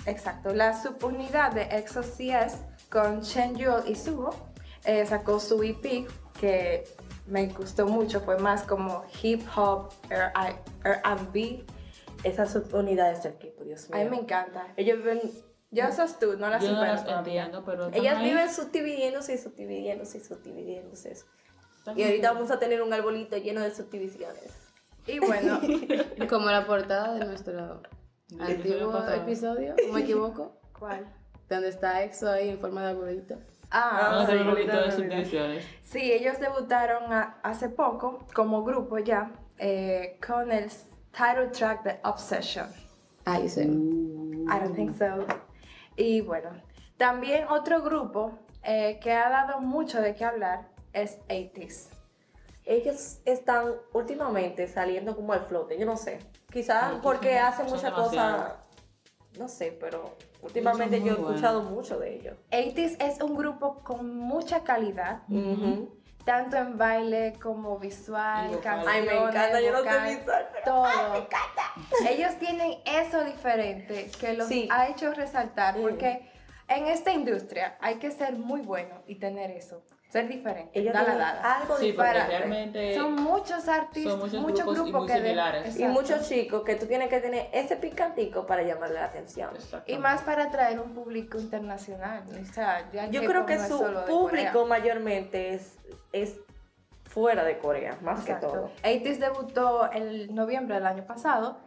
Speaker 1: Exacto, la subunidad de EXO CS con Shen Yul y Suho eh, sacó su EP que me gustó mucho, fue más como hip hop, R- R&B,
Speaker 5: Esas subunidades del equipo, Dios mío.
Speaker 1: a mí me encanta.
Speaker 5: Ellos viven,
Speaker 1: Yo sos tú, no la
Speaker 2: Yo no
Speaker 1: supero
Speaker 2: las
Speaker 1: todavía.
Speaker 2: entiendo, pero. están
Speaker 5: ellas
Speaker 2: ahí,
Speaker 5: viven subdividiéndose y subdividiéndose y subdividiéndose.
Speaker 2: están
Speaker 5: Y
Speaker 2: ahí.
Speaker 5: ahorita vamos a tener un arbolito lleno de subdivisiones.
Speaker 1: Y bueno,
Speaker 4: Como la portada de nuestro
Speaker 2: Del episodio
Speaker 4: antiguo
Speaker 2: pasado.
Speaker 4: episodio, no me equivoco,
Speaker 1: ¿cuál?
Speaker 4: donde está EXO ahí en forma de arbolito.
Speaker 1: Ah,
Speaker 2: Vamos a
Speaker 1: sí,
Speaker 2: hacer un poquito de
Speaker 1: verdad, verdad.
Speaker 2: subdivisiones.
Speaker 1: Sí, ellos debutaron a- hace poco como grupo ya eh, con el title track de Obsession.
Speaker 4: Ahí se
Speaker 1: I don't think so. Y bueno, también otro grupo eh, que ha dado mucho de qué hablar es 80s.
Speaker 5: Ellos están últimamente saliendo como al flote, yo no sé. Quizás
Speaker 2: Sí,
Speaker 5: porque
Speaker 2: son-
Speaker 5: hacen
Speaker 2: son
Speaker 5: muchas cosas,
Speaker 2: demasiado.
Speaker 5: no sé, pero últimamente
Speaker 2: muy
Speaker 5: yo he
Speaker 2: buenos.
Speaker 5: escuchado mucho de ellos.
Speaker 1: 80s es un grupo con mucha calidad,
Speaker 5: Ujú.
Speaker 1: tanto en baile como visual,
Speaker 2: Y vocal.
Speaker 1: canciones,
Speaker 5: Ay, me encanta, yo no sé
Speaker 1: vocal,
Speaker 5: visual, pero-
Speaker 1: Todo. Ellos tienen eso diferente que los
Speaker 5: Sí.
Speaker 1: ha hecho resaltar
Speaker 5: Mm.
Speaker 1: porque en esta industria hay que ser muy bueno y tener eso, ser diferente.
Speaker 5: Ellos
Speaker 1: dala,
Speaker 5: tienen
Speaker 1: dala.
Speaker 5: algo
Speaker 2: Sí, porque
Speaker 5: eh.
Speaker 1: disparate.
Speaker 2: realmente.
Speaker 1: Son muchos artistas,
Speaker 2: son muchos
Speaker 1: muchos
Speaker 2: grupos
Speaker 1: grupos,
Speaker 2: y muy
Speaker 1: que de-
Speaker 2: similares. Y
Speaker 5: Y
Speaker 1: Exacto.
Speaker 5: muchos chicos que tú tienes que tener ese picantico para llamarle la atención.
Speaker 1: Y
Speaker 2: Exactamente.
Speaker 1: más para atraer un público internacional. O sea, ya el
Speaker 5: Yo
Speaker 1: K-pop
Speaker 5: creo que
Speaker 1: no es
Speaker 5: su
Speaker 1: solo de
Speaker 5: público
Speaker 1: Corea.
Speaker 5: mayormente es, es fuera de Corea, más
Speaker 1: Exacto.
Speaker 5: que todo.
Speaker 1: 80s debutó en noviembre del año pasado,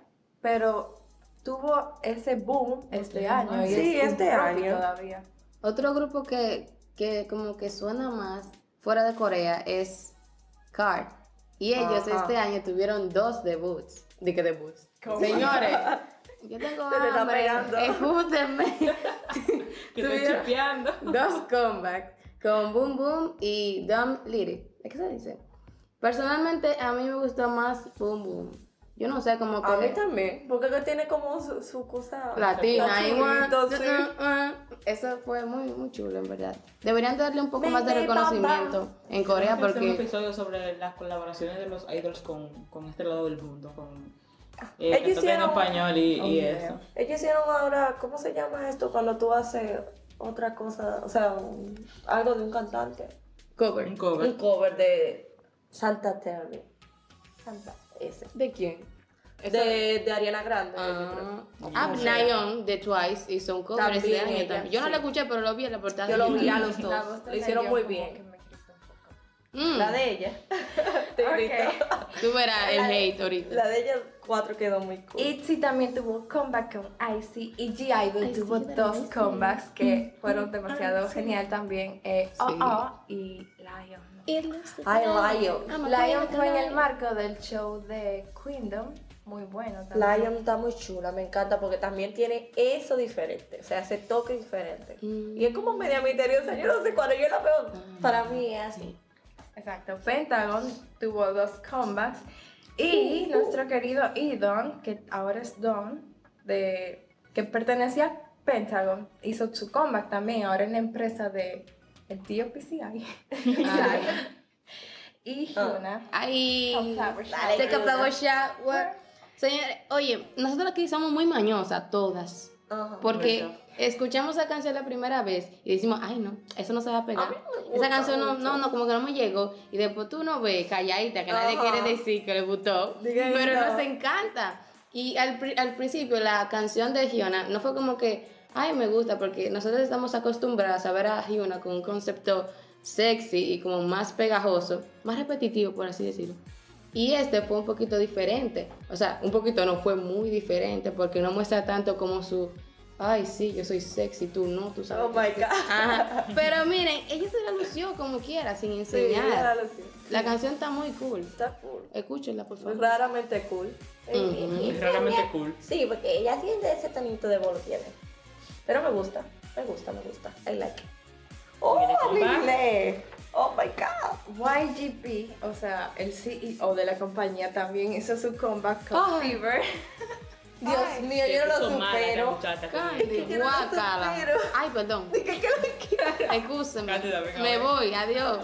Speaker 1: pero tuvo ese boom este
Speaker 2: Este
Speaker 1: año.
Speaker 2: año.
Speaker 1: Y
Speaker 5: Sí,
Speaker 1: es un
Speaker 5: este
Speaker 1: trophy
Speaker 5: año.
Speaker 1: Todavía.
Speaker 4: Otro grupo que, que como que suena más fuera de Corea es CARD. Y ellos
Speaker 5: Ajá.
Speaker 4: este año tuvieron dos debuts. ¿De qué debuts?
Speaker 1: ¿Cómo?
Speaker 4: Señores, yo tengo
Speaker 5: Se te está
Speaker 4: hambre,
Speaker 5: pegando.
Speaker 4: escúchenme.
Speaker 2: Que estoy
Speaker 4: Tuvieron-
Speaker 2: chipeando.
Speaker 4: dos comebacks con Boom Boom y Dumb Little. ¿Es que se dice? Personalmente, a mí me gustó más Boom Boom. Yo no sé cómo
Speaker 5: A mí también, porque que tiene como su, su cosa
Speaker 4: Latina, ahí, guau,
Speaker 5: Latinito, sí.
Speaker 4: uh, uh, uh. Eso fue muy, muy chulo, en verdad. Deberían darle un poco más de
Speaker 5: Baby,
Speaker 4: reconocimiento en Corea
Speaker 2: Vamos a hacer un
Speaker 4: porque
Speaker 2: episodio sobre las colaboraciones de los idols con, con este lado del mundo, con
Speaker 1: Ah,
Speaker 2: eh,
Speaker 5: Ellos
Speaker 2: que tocan
Speaker 5: hicieron-
Speaker 2: español y,
Speaker 1: Oh,
Speaker 2: y
Speaker 1: yeah.
Speaker 2: eso.
Speaker 5: Ellos hicieron ahora, ¿cómo se llama esto? Cuando tú haces otra cosa, o sea, un- algo de un cantante.
Speaker 4: cover.
Speaker 2: Un cover.
Speaker 5: Un cover de Santa Terry. Santa, ese.
Speaker 4: ¿De quién?
Speaker 5: De, de Ariana Grande. yo creo.
Speaker 4: Ah, ah, Nayeon de Twice hizo un cover
Speaker 5: También
Speaker 4: este año
Speaker 5: ella,
Speaker 4: también. Yo no
Speaker 5: sí.
Speaker 4: la escuché, pero lo vi en la portada.
Speaker 5: Yo lo vi a
Speaker 4: Mm.
Speaker 5: los
Speaker 1: La voz
Speaker 5: dos.
Speaker 1: de
Speaker 5: Lo hicieron
Speaker 1: Nayeon
Speaker 5: muy
Speaker 1: como que
Speaker 5: bien.
Speaker 1: me irrita un poco.
Speaker 5: La de ella. Te
Speaker 1: Ok.
Speaker 5: grito.
Speaker 4: mm. Tú verás el
Speaker 5: La de-
Speaker 4: hate ahorita.
Speaker 5: La de ella cuatro quedó muy cool.
Speaker 1: ITZY también tuvo comeback con IC y G Idol
Speaker 4: Ay, sí,
Speaker 1: tuvo
Speaker 4: ¿verdad?
Speaker 1: dos
Speaker 4: Sí.
Speaker 1: comebacks que fueron demasiado genial también. Eh,
Speaker 4: Sí.
Speaker 1: Oh Oh y Lion.
Speaker 5: Ay, Lion.
Speaker 1: Lion fue en el marco del show de Queendom, muy bueno también.
Speaker 5: Lion está muy chula, me encanta porque también tiene eso diferente, o sea, ese toque diferente.
Speaker 4: Mm.
Speaker 5: Y es como media misteriosa, yo no sé, cuando yo la veo,
Speaker 4: Ah.
Speaker 5: para mí es así.
Speaker 1: Exacto, Pentagon tuvo dos comebacks y nuestro querido Idon, que ahora es Don, de, que pertenecía a Pentagon, hizo su comeback también, ahora en la empresa de el tío PCI.
Speaker 4: Ah.
Speaker 1: y Hyuna.
Speaker 4: Ay,
Speaker 1: Flower
Speaker 5: shower.
Speaker 4: take a flower shower. Señores, oye, nosotros aquí somos muy mañosas, todas.
Speaker 5: Ajá.
Speaker 4: Porque
Speaker 2: Mucho.
Speaker 4: escuchamos esa canción la primera vez y decimos, ay, no, eso no se va a
Speaker 5: A mí
Speaker 4: pegar.
Speaker 5: me gusta
Speaker 4: Esa canción no,
Speaker 5: mucho.
Speaker 4: no, no, como que no me llegó. Y después tú no ves, calladita, que nadie
Speaker 5: Ajá.
Speaker 4: quiere decir que le gustó.
Speaker 5: Diga,
Speaker 4: pero
Speaker 5: "No".
Speaker 4: nos encanta. Y al, pri- al principio la canción de Giona no fue como que, ay, me gusta, porque nosotros estamos acostumbrados a ver a Giona con un concepto sexy y como más pegajoso, más repetitivo, por así decirlo. Y este fue un poquito diferente. O sea, un poquito no fue muy diferente porque no muestra tanto como su, ay, sí, yo soy sexy, tú no, tú sabes.
Speaker 5: Oh
Speaker 4: que
Speaker 5: my
Speaker 4: sí".
Speaker 5: God.
Speaker 4: Ajá. Pero miren, ella se la lució como quiera, sin
Speaker 5: Sí, ya
Speaker 4: enseñar.
Speaker 5: lo sé.
Speaker 4: La canción está muy cool.
Speaker 5: Está cool.
Speaker 4: Escúchenla, por favor.
Speaker 5: Pues Raramente cool.
Speaker 4: Ujú.
Speaker 2: Es realmente cool.
Speaker 5: Sí, porque ella tiene ese tonito de bolo tiene. Pero me gusta, me gusta, me gusta. I like it. ¡Oh,
Speaker 2: Mira, compa.
Speaker 5: horrible! ¡Oh, my God!
Speaker 1: YGP, o sea, el CEO de la compañía también hizo su comeback con
Speaker 4: Ay.
Speaker 1: Fever.
Speaker 5: Dios mío, yo no lo
Speaker 2: Son malas las
Speaker 5: supero.
Speaker 2: muchachas.
Speaker 4: Candy,
Speaker 5: yo no la
Speaker 4: guácala.
Speaker 5: supero.
Speaker 4: Ay, perdón.
Speaker 5: ¿Qué, qué lo que
Speaker 4: Excúsenme.
Speaker 2: Cándida, venga,
Speaker 4: Me
Speaker 2: venga.
Speaker 4: voy, adiós.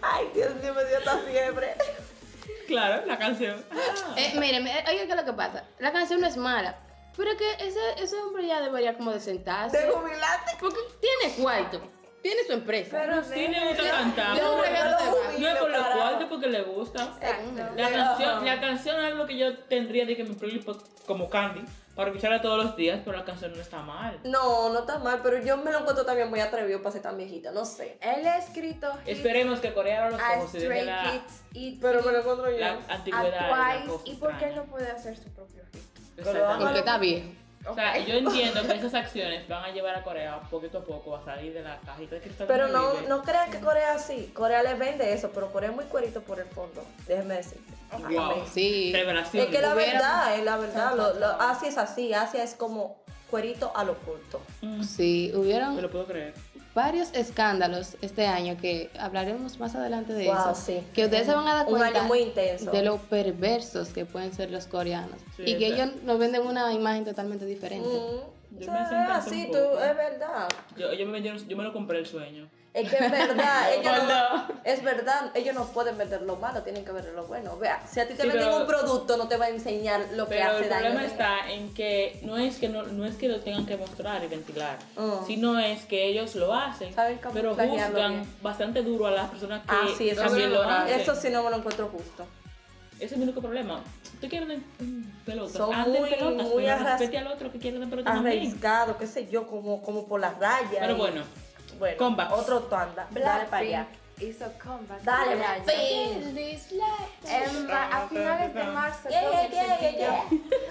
Speaker 5: Ay, Dios mío, me dio esta fiebre.
Speaker 2: Claro, la canción.
Speaker 4: Eh, miren, eh, oigan, ¿qué es lo que pasa? La canción no es mala, pero que ese, ese hombre ya debería como de sentarse.
Speaker 5: Te jubilaste.
Speaker 4: Porque tiene cuarto, tiene su empresa.
Speaker 5: Pero
Speaker 2: Sí, le gusta cantar.
Speaker 4: Yo creo que no se va.
Speaker 2: No es por los cuartos, porque le gusta.
Speaker 4: Exacto.
Speaker 2: La canción, la canción es algo que yo tendría de que me playlist po- como Candy para escucharla todos los días, pero la canción no está mal.
Speaker 5: No, no está mal, pero yo me lo encuentro también muy atrevido para ser tan viejita, no sé.
Speaker 1: Él ha escrito hits
Speaker 2: Esperemos que Corea ahora los
Speaker 1: a
Speaker 2: ojos y deje
Speaker 1: Stray
Speaker 2: la,
Speaker 1: Kids y
Speaker 5: Pero me lo
Speaker 1: Teen,
Speaker 5: encuentro yo.
Speaker 2: la antigüedad.
Speaker 1: a
Speaker 2: la cosa
Speaker 1: Twice. ¿Y por qué él
Speaker 2: extraña.
Speaker 1: no puede hacer su propio hit?
Speaker 2: Exactamente.
Speaker 4: Porque está viejo.
Speaker 2: O sea, yo entiendo que esas acciones van a llevar a Corea poquito a poco a salir de la cajita de cristal.
Speaker 5: Pero
Speaker 2: donde
Speaker 5: no,
Speaker 2: vive.
Speaker 5: no crean que Corea sí. Corea les vende eso, pero Corea es muy cuerito por el fondo. Déjenme decirte.
Speaker 2: Wow.
Speaker 4: Sí.
Speaker 2: Revelación.
Speaker 5: Es que la
Speaker 4: hubiera-
Speaker 5: verdad, es la verdad. Lo, lo- Asia es así. Asia es como cuerito a lo oculto.
Speaker 2: Mm,
Speaker 4: Sí, hubieron
Speaker 2: Me lo puedo creer.
Speaker 4: varios escándalos este año que hablaremos más adelante de
Speaker 5: Wow,
Speaker 4: eso.
Speaker 5: sí.
Speaker 4: Que ustedes se van a dar
Speaker 5: Un
Speaker 4: cuenta
Speaker 5: año muy intenso.
Speaker 4: de lo perversos que pueden ser los coreanos.
Speaker 2: Sí,
Speaker 4: y que
Speaker 2: exacto.
Speaker 4: ellos nos venden una imagen totalmente diferente.
Speaker 5: Mm,
Speaker 2: Yo
Speaker 5: o
Speaker 2: me
Speaker 5: sea,
Speaker 2: desencanté
Speaker 5: es así,
Speaker 2: un
Speaker 5: tú,
Speaker 2: poco.
Speaker 5: es verdad.
Speaker 2: Yo, yo, me, vendieron- yo me lo compré el sueño.
Speaker 5: Es que es verdad, ellos no-
Speaker 2: Cuando-
Speaker 5: es verdad, ellos no pueden vender lo malo, tienen que vender lo bueno. Vea, si a ti te
Speaker 2: Sí,
Speaker 5: venden
Speaker 2: pero-
Speaker 5: un producto, no te va a enseñar lo que
Speaker 2: Pero
Speaker 5: hace
Speaker 2: el
Speaker 5: daño.
Speaker 2: problema está en que no es que no, no es que lo tengan que mostrar y ventilar,
Speaker 5: Mm.
Speaker 2: sino es que ellos lo hacen,
Speaker 5: Saben cómo
Speaker 2: pero
Speaker 5: planearlo
Speaker 2: juzgan
Speaker 5: bien.
Speaker 2: bastante duro a las personas que
Speaker 5: Ah, sí, eso,
Speaker 2: también
Speaker 5: sí,
Speaker 2: lo hacen.
Speaker 5: eso sí no me lo encuentro justo.
Speaker 2: Ese es mi único problema. Tú quieres de mm, pelotas,
Speaker 5: Son
Speaker 2: haz de
Speaker 5: muy-
Speaker 2: pelotas,
Speaker 5: muy
Speaker 2: pero
Speaker 5: arras-
Speaker 2: respete al otro que quiere de pelotas también.
Speaker 5: Arriesgado, qué sé yo, como, como por las rayas.
Speaker 2: Pero
Speaker 5: y-
Speaker 2: bueno,
Speaker 5: bueno
Speaker 2: comebacks.
Speaker 5: otro tanda. Dale para allá.
Speaker 1: Blackpink hizo comeback.
Speaker 5: Dale,
Speaker 1: Este año. En ma- a finales de marzo
Speaker 5: Yeah,
Speaker 1: con el
Speaker 5: yeah, yeah,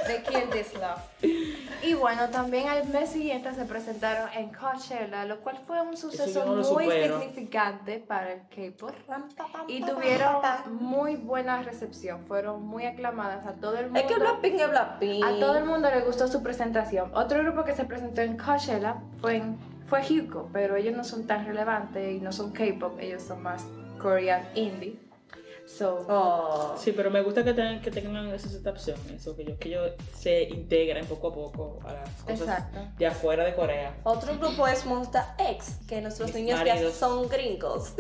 Speaker 1: sencillo de Kill This Love. Y bueno, también al mes siguiente se presentaron en Coachella, lo cual fue un
Speaker 2: yo
Speaker 1: suceso
Speaker 2: no lo
Speaker 1: muy
Speaker 2: supero.
Speaker 1: significante para el K-pop.
Speaker 5: Ram, pa, pam,
Speaker 1: Y
Speaker 5: pa, pam,
Speaker 1: tuvieron
Speaker 5: pa.
Speaker 1: muy buena recepción, fueron muy aclamadas a todo el mundo.
Speaker 5: Es que Blackpink es Blackpink.
Speaker 1: A todo el mundo le gustó su presentación. Otro grupo que se presentó en Coachella fue, en- fue Hyuko, pero ellos no son tan relevantes y no son K-pop, ellos son más Korean indie. So,
Speaker 5: Oh.
Speaker 2: sí, pero me gusta que tengan, que tengan esa aceptación, eso, que ellos, que ellos se integren poco a poco a las cosas
Speaker 1: Exacto.
Speaker 2: de afuera de Corea.
Speaker 5: Otro grupo es Monster X, que nuestros
Speaker 2: Mis
Speaker 5: niños ya
Speaker 2: maridos.
Speaker 5: son gringos.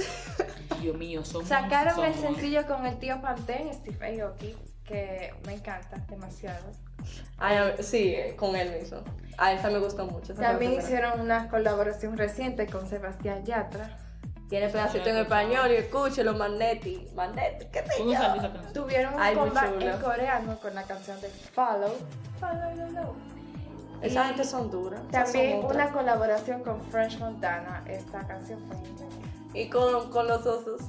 Speaker 2: Dios mío, son
Speaker 1: Sacaron
Speaker 2: son
Speaker 1: el sencillo con el tío Pantene y Steve Aoki, que me encanta demasiado.
Speaker 5: Ay, a ver, sí, eh, con él mismo. A esa me gustó mucho. esa
Speaker 1: También
Speaker 5: canción.
Speaker 1: hicieron una colaboración reciente con Sebastián Yatra.
Speaker 5: Tiene pedacito en español y escúchelo, Magnetti. Magnetti, ¿qué te
Speaker 2: ¿Cómo salió esa
Speaker 5: llama?
Speaker 2: canción?
Speaker 1: Tuvieron un
Speaker 5: Ay, muy
Speaker 1: comeback
Speaker 5: chulo.
Speaker 1: en coreano con la canción de Follow. Follow your love.
Speaker 5: Esas
Speaker 1: Y
Speaker 5: gente son duras. esas son
Speaker 1: También
Speaker 5: otras.
Speaker 1: una colaboración con French Montana. Esta canción fue increíble.
Speaker 5: Y con, con los osos.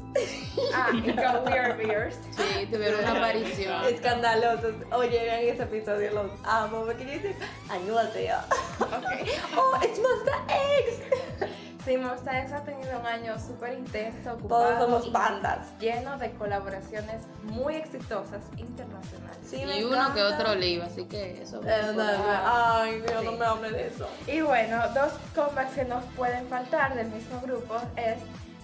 Speaker 1: Ah, y con We Are Bears.
Speaker 4: Sí, tuvieron una aparición.
Speaker 5: Escandalosos. Oye, vean ese episodio, los amo. Porque dicen, ayúdate ya. oh, it's Monster X.
Speaker 1: Sí, Monsta X ha tenido un año súper intenso,
Speaker 5: Todos
Speaker 1: ocupado
Speaker 5: somos
Speaker 1: y
Speaker 5: pandas.
Speaker 1: lleno de colaboraciones muy exitosas internacionales.
Speaker 5: Sí, me
Speaker 4: Y uno que
Speaker 5: encanta.
Speaker 4: otro oliva, así que eso.
Speaker 5: Eh, no, no, Ay, Dios, no me hable de eso.
Speaker 1: Y bueno, dos comebacks que nos pueden faltar del mismo grupo es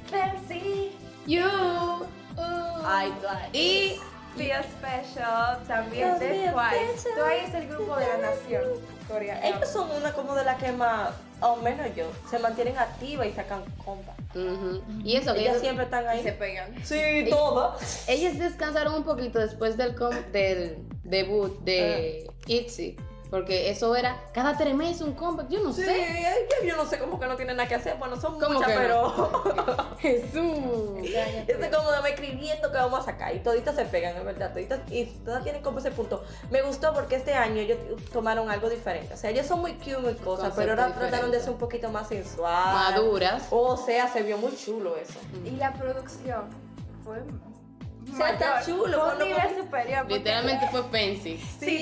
Speaker 1: Fancy,
Speaker 4: You. uh.
Speaker 5: Ay, Twice.
Speaker 4: Y
Speaker 1: Feel Special, también de
Speaker 5: Feel
Speaker 1: Twice.
Speaker 5: Special.
Speaker 1: Twice es el grupo de la nación coreana.
Speaker 5: Ellos son una como de las que más, o menos yo, se mantienen activas y sacan compa.
Speaker 4: Ujú. Y eso, que
Speaker 5: Ellas
Speaker 4: ellos,
Speaker 5: siempre están
Speaker 1: Y se
Speaker 5: ahí.
Speaker 1: pegan.
Speaker 5: Sí, todas.
Speaker 4: ellas descansaron un poquito después del, com- del debut de
Speaker 5: Ah.
Speaker 4: ITZY. Porque eso era cada tres meses un comeback, yo no
Speaker 5: Sí,
Speaker 4: sé.
Speaker 5: es que yo no sé cómo que no tienen nada que hacer. Bueno, son
Speaker 4: ¿Cómo
Speaker 5: muchas,
Speaker 4: que
Speaker 5: pero.
Speaker 4: Jesús.
Speaker 5: Este como de me escribiendo que vamos a sacar. Y toditas se pegan, es verdad. Toditas, y todas tienen como ese punto. Me gustó porque este año ellos tomaron algo diferente. O sea, ellos son muy cute, muy cosas,
Speaker 4: Concepto
Speaker 5: pero ahora trataron
Speaker 4: diferente.
Speaker 5: de ser un poquito más sensual.
Speaker 4: Maduras.
Speaker 5: O sea, se vio muy chulo eso.
Speaker 1: Y la producción fue.
Speaker 5: O sea, está
Speaker 1: mayor,
Speaker 5: chulo,
Speaker 1: fue Un
Speaker 5: cuando-
Speaker 1: nivel superior. porque
Speaker 4: Literalmente fue fancy.
Speaker 1: Si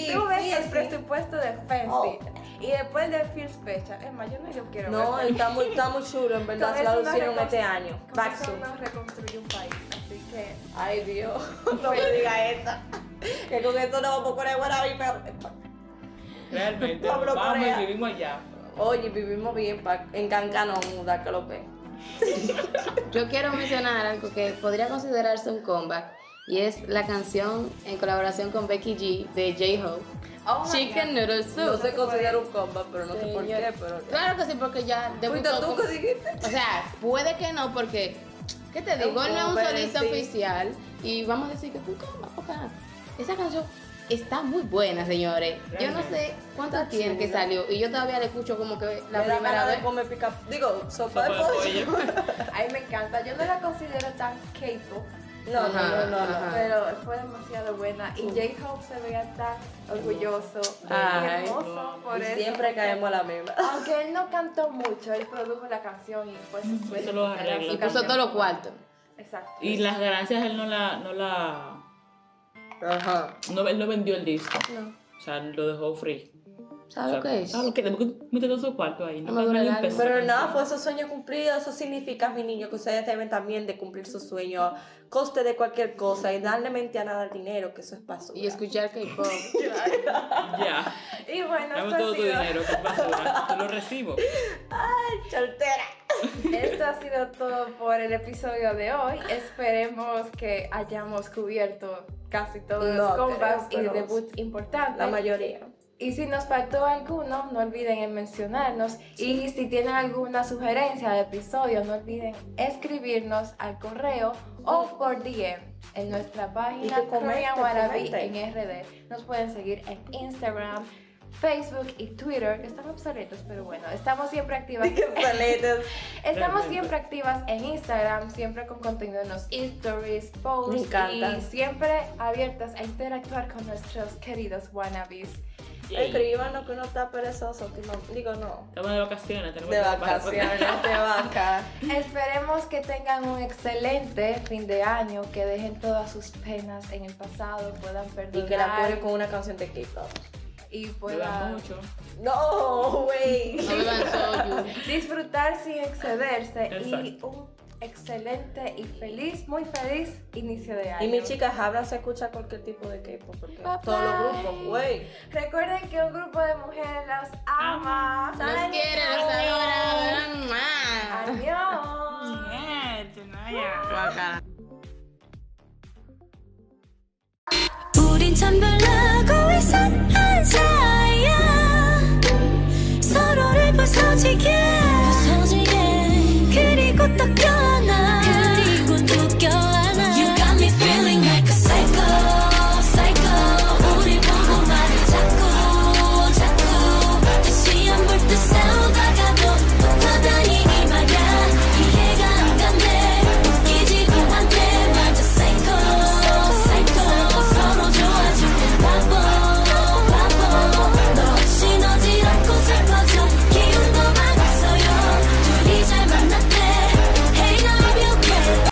Speaker 5: Sí,
Speaker 1: tú ves
Speaker 5: sí,
Speaker 1: el
Speaker 5: sí.
Speaker 1: presupuesto de Fancy
Speaker 5: Oh.
Speaker 1: y después de Feel Special, es más, yo no lo quiero
Speaker 5: No,
Speaker 1: ver.
Speaker 5: está muy, está muy chulo, en verdad.
Speaker 1: Con
Speaker 5: Se la
Speaker 1: eso nos
Speaker 5: lucieron
Speaker 1: reconstru-
Speaker 5: este año.
Speaker 1: con
Speaker 5: Back
Speaker 1: eso
Speaker 5: soon.
Speaker 1: nos reconstruye un país, así que.
Speaker 5: Ay, Dios. No me diga esa. Que con esto no vamos a poner guarabi, pero-
Speaker 2: Realmente,
Speaker 5: Pablo
Speaker 2: vamos
Speaker 5: Corea.
Speaker 2: y vivimos allá.
Speaker 5: Oye, vivimos bien pa- en Cancano, muda, que lo ve.
Speaker 4: Yo quiero mencionar algo que podría considerarse un comeback. y es la canción en colaboración con Becky G de J-Hope,
Speaker 5: Oh my
Speaker 4: Chicken Noodle
Speaker 5: God. No
Speaker 4: Soup.
Speaker 5: se considera un comeback, pero no sé por
Speaker 4: Señor.
Speaker 5: qué, pero...
Speaker 4: Claro que sí, porque ya
Speaker 5: Fuiste
Speaker 4: debutó
Speaker 5: tú
Speaker 4: con-
Speaker 5: que dijiste.
Speaker 4: O sea, puede que no, porque, ¿qué te digo? Él no es un
Speaker 5: cover,
Speaker 4: solista
Speaker 5: sí.
Speaker 4: oficial y vamos a decir que fue un cover, o sea, Esa canción está muy buena, señores. Yo no sé cuánto
Speaker 5: Está
Speaker 4: tiene que
Speaker 5: chula.
Speaker 4: salió y yo todavía la escucho como que la
Speaker 5: Me da
Speaker 4: primera
Speaker 5: ganas de
Speaker 4: vez.
Speaker 5: comer pica... Digo, sopa
Speaker 2: Sopa
Speaker 5: de
Speaker 2: de
Speaker 5: pollo.
Speaker 1: Ay, me encanta. Yo no la considero tan K-pop,
Speaker 5: No, no, no, no, no.
Speaker 4: Ajá.
Speaker 1: pero fue demasiado buena. Y J-Hope se veía tan orgulloso, y
Speaker 4: Ay,
Speaker 1: hermoso
Speaker 2: no.
Speaker 1: por
Speaker 5: Y
Speaker 1: eso.
Speaker 5: Siempre caemos a la misma.
Speaker 1: Aunque él no cantó mucho, él produjo la canción y fue su
Speaker 2: Hizo
Speaker 1: sueño.
Speaker 2: los arreglos.
Speaker 4: Y puso todos los cuartos.
Speaker 1: Exacto.
Speaker 2: Y las ganancias él no la, no la,
Speaker 5: Ajá.
Speaker 2: no, él no vendió el disco.
Speaker 4: No.
Speaker 2: O sea, lo dejó free.
Speaker 4: ¿Sabes lo que es?
Speaker 2: ¿Sabes lo que? Mete todo su cuarto ahí.
Speaker 4: No me dura el
Speaker 2: ni un
Speaker 4: alma.
Speaker 2: peso
Speaker 5: Pero
Speaker 2: esa
Speaker 5: nada,
Speaker 2: canción.
Speaker 5: fue esos sueños cumplidos. Eso significa, mi niño, que ustedes deben también de cumplir sus sueños, coste de cualquier cosa y darle mente a nada al dinero, que eso es basura.
Speaker 4: Y escuchar K-pop.
Speaker 2: Ya.
Speaker 1: Y bueno,
Speaker 2: Dame
Speaker 1: esto ha,
Speaker 2: todo tu
Speaker 1: sido,
Speaker 2: dinero, que basura. Te lo recibo.
Speaker 5: Soltera.
Speaker 1: esto ha sido todo por el episodio de hoy. Esperemos que hayamos cubierto casi todos los
Speaker 5: No,
Speaker 1: comebacks y
Speaker 5: creo, pero
Speaker 1: debuts
Speaker 5: La
Speaker 1: importantes.
Speaker 5: mayoría.
Speaker 1: Y si nos faltó alguno, no olviden en mencionarnos. Y si tienen alguna sugerencia de episodio, no olviden escribirnos al correo o por DM en nuestra página
Speaker 5: que comenten,
Speaker 1: Korean Wannabe
Speaker 5: comenten.
Speaker 1: en RD. Nos pueden seguir en Instagram, Facebook y Twitter, que están obsoletos, pero bueno, estamos siempre activas.
Speaker 5: Qué paletas.
Speaker 1: Estamos
Speaker 2: Realmente.
Speaker 1: siempre activas en Instagram, siempre con contenido en los stories, posts
Speaker 5: Me encanta.
Speaker 1: y siempre abiertas a interactuar con nuestros queridos wannabes.
Speaker 2: Yay.
Speaker 5: Escribanos que uno está perezoso. que no- Digo, no.
Speaker 2: Estamos de vacaciones. tenemos que
Speaker 5: De
Speaker 2: ir para-
Speaker 5: vacaciones, de vaca.
Speaker 1: Esperemos que tengan un excelente fin de año, que dejen todas sus penas en el pasado, puedan
Speaker 5: Y que la
Speaker 1: perdonar
Speaker 5: cubren con una canción de K-pop.
Speaker 1: y
Speaker 2: Beban
Speaker 1: puedan
Speaker 2: mucho.
Speaker 5: No, güey.
Speaker 4: No beban soju.
Speaker 1: disfrutar sin excederse y
Speaker 2: Exacto.
Speaker 1: un excelente y feliz, muy feliz inicio de año.
Speaker 5: Y mis chicas, hablan, se escucha cualquier tipo de K-pop. Porque
Speaker 1: Bye,
Speaker 5: todos los
Speaker 1: bye.
Speaker 5: grupos, güey.
Speaker 1: Recuerden que un grupo de mujeres las ama.
Speaker 4: Los quiero, los adoro. ¡Mua!
Speaker 1: Adiós.
Speaker 4: Guácala.
Speaker 3: 우린 참 별나고 이상한 사이야 서로를 부서지게 그리고 또 껴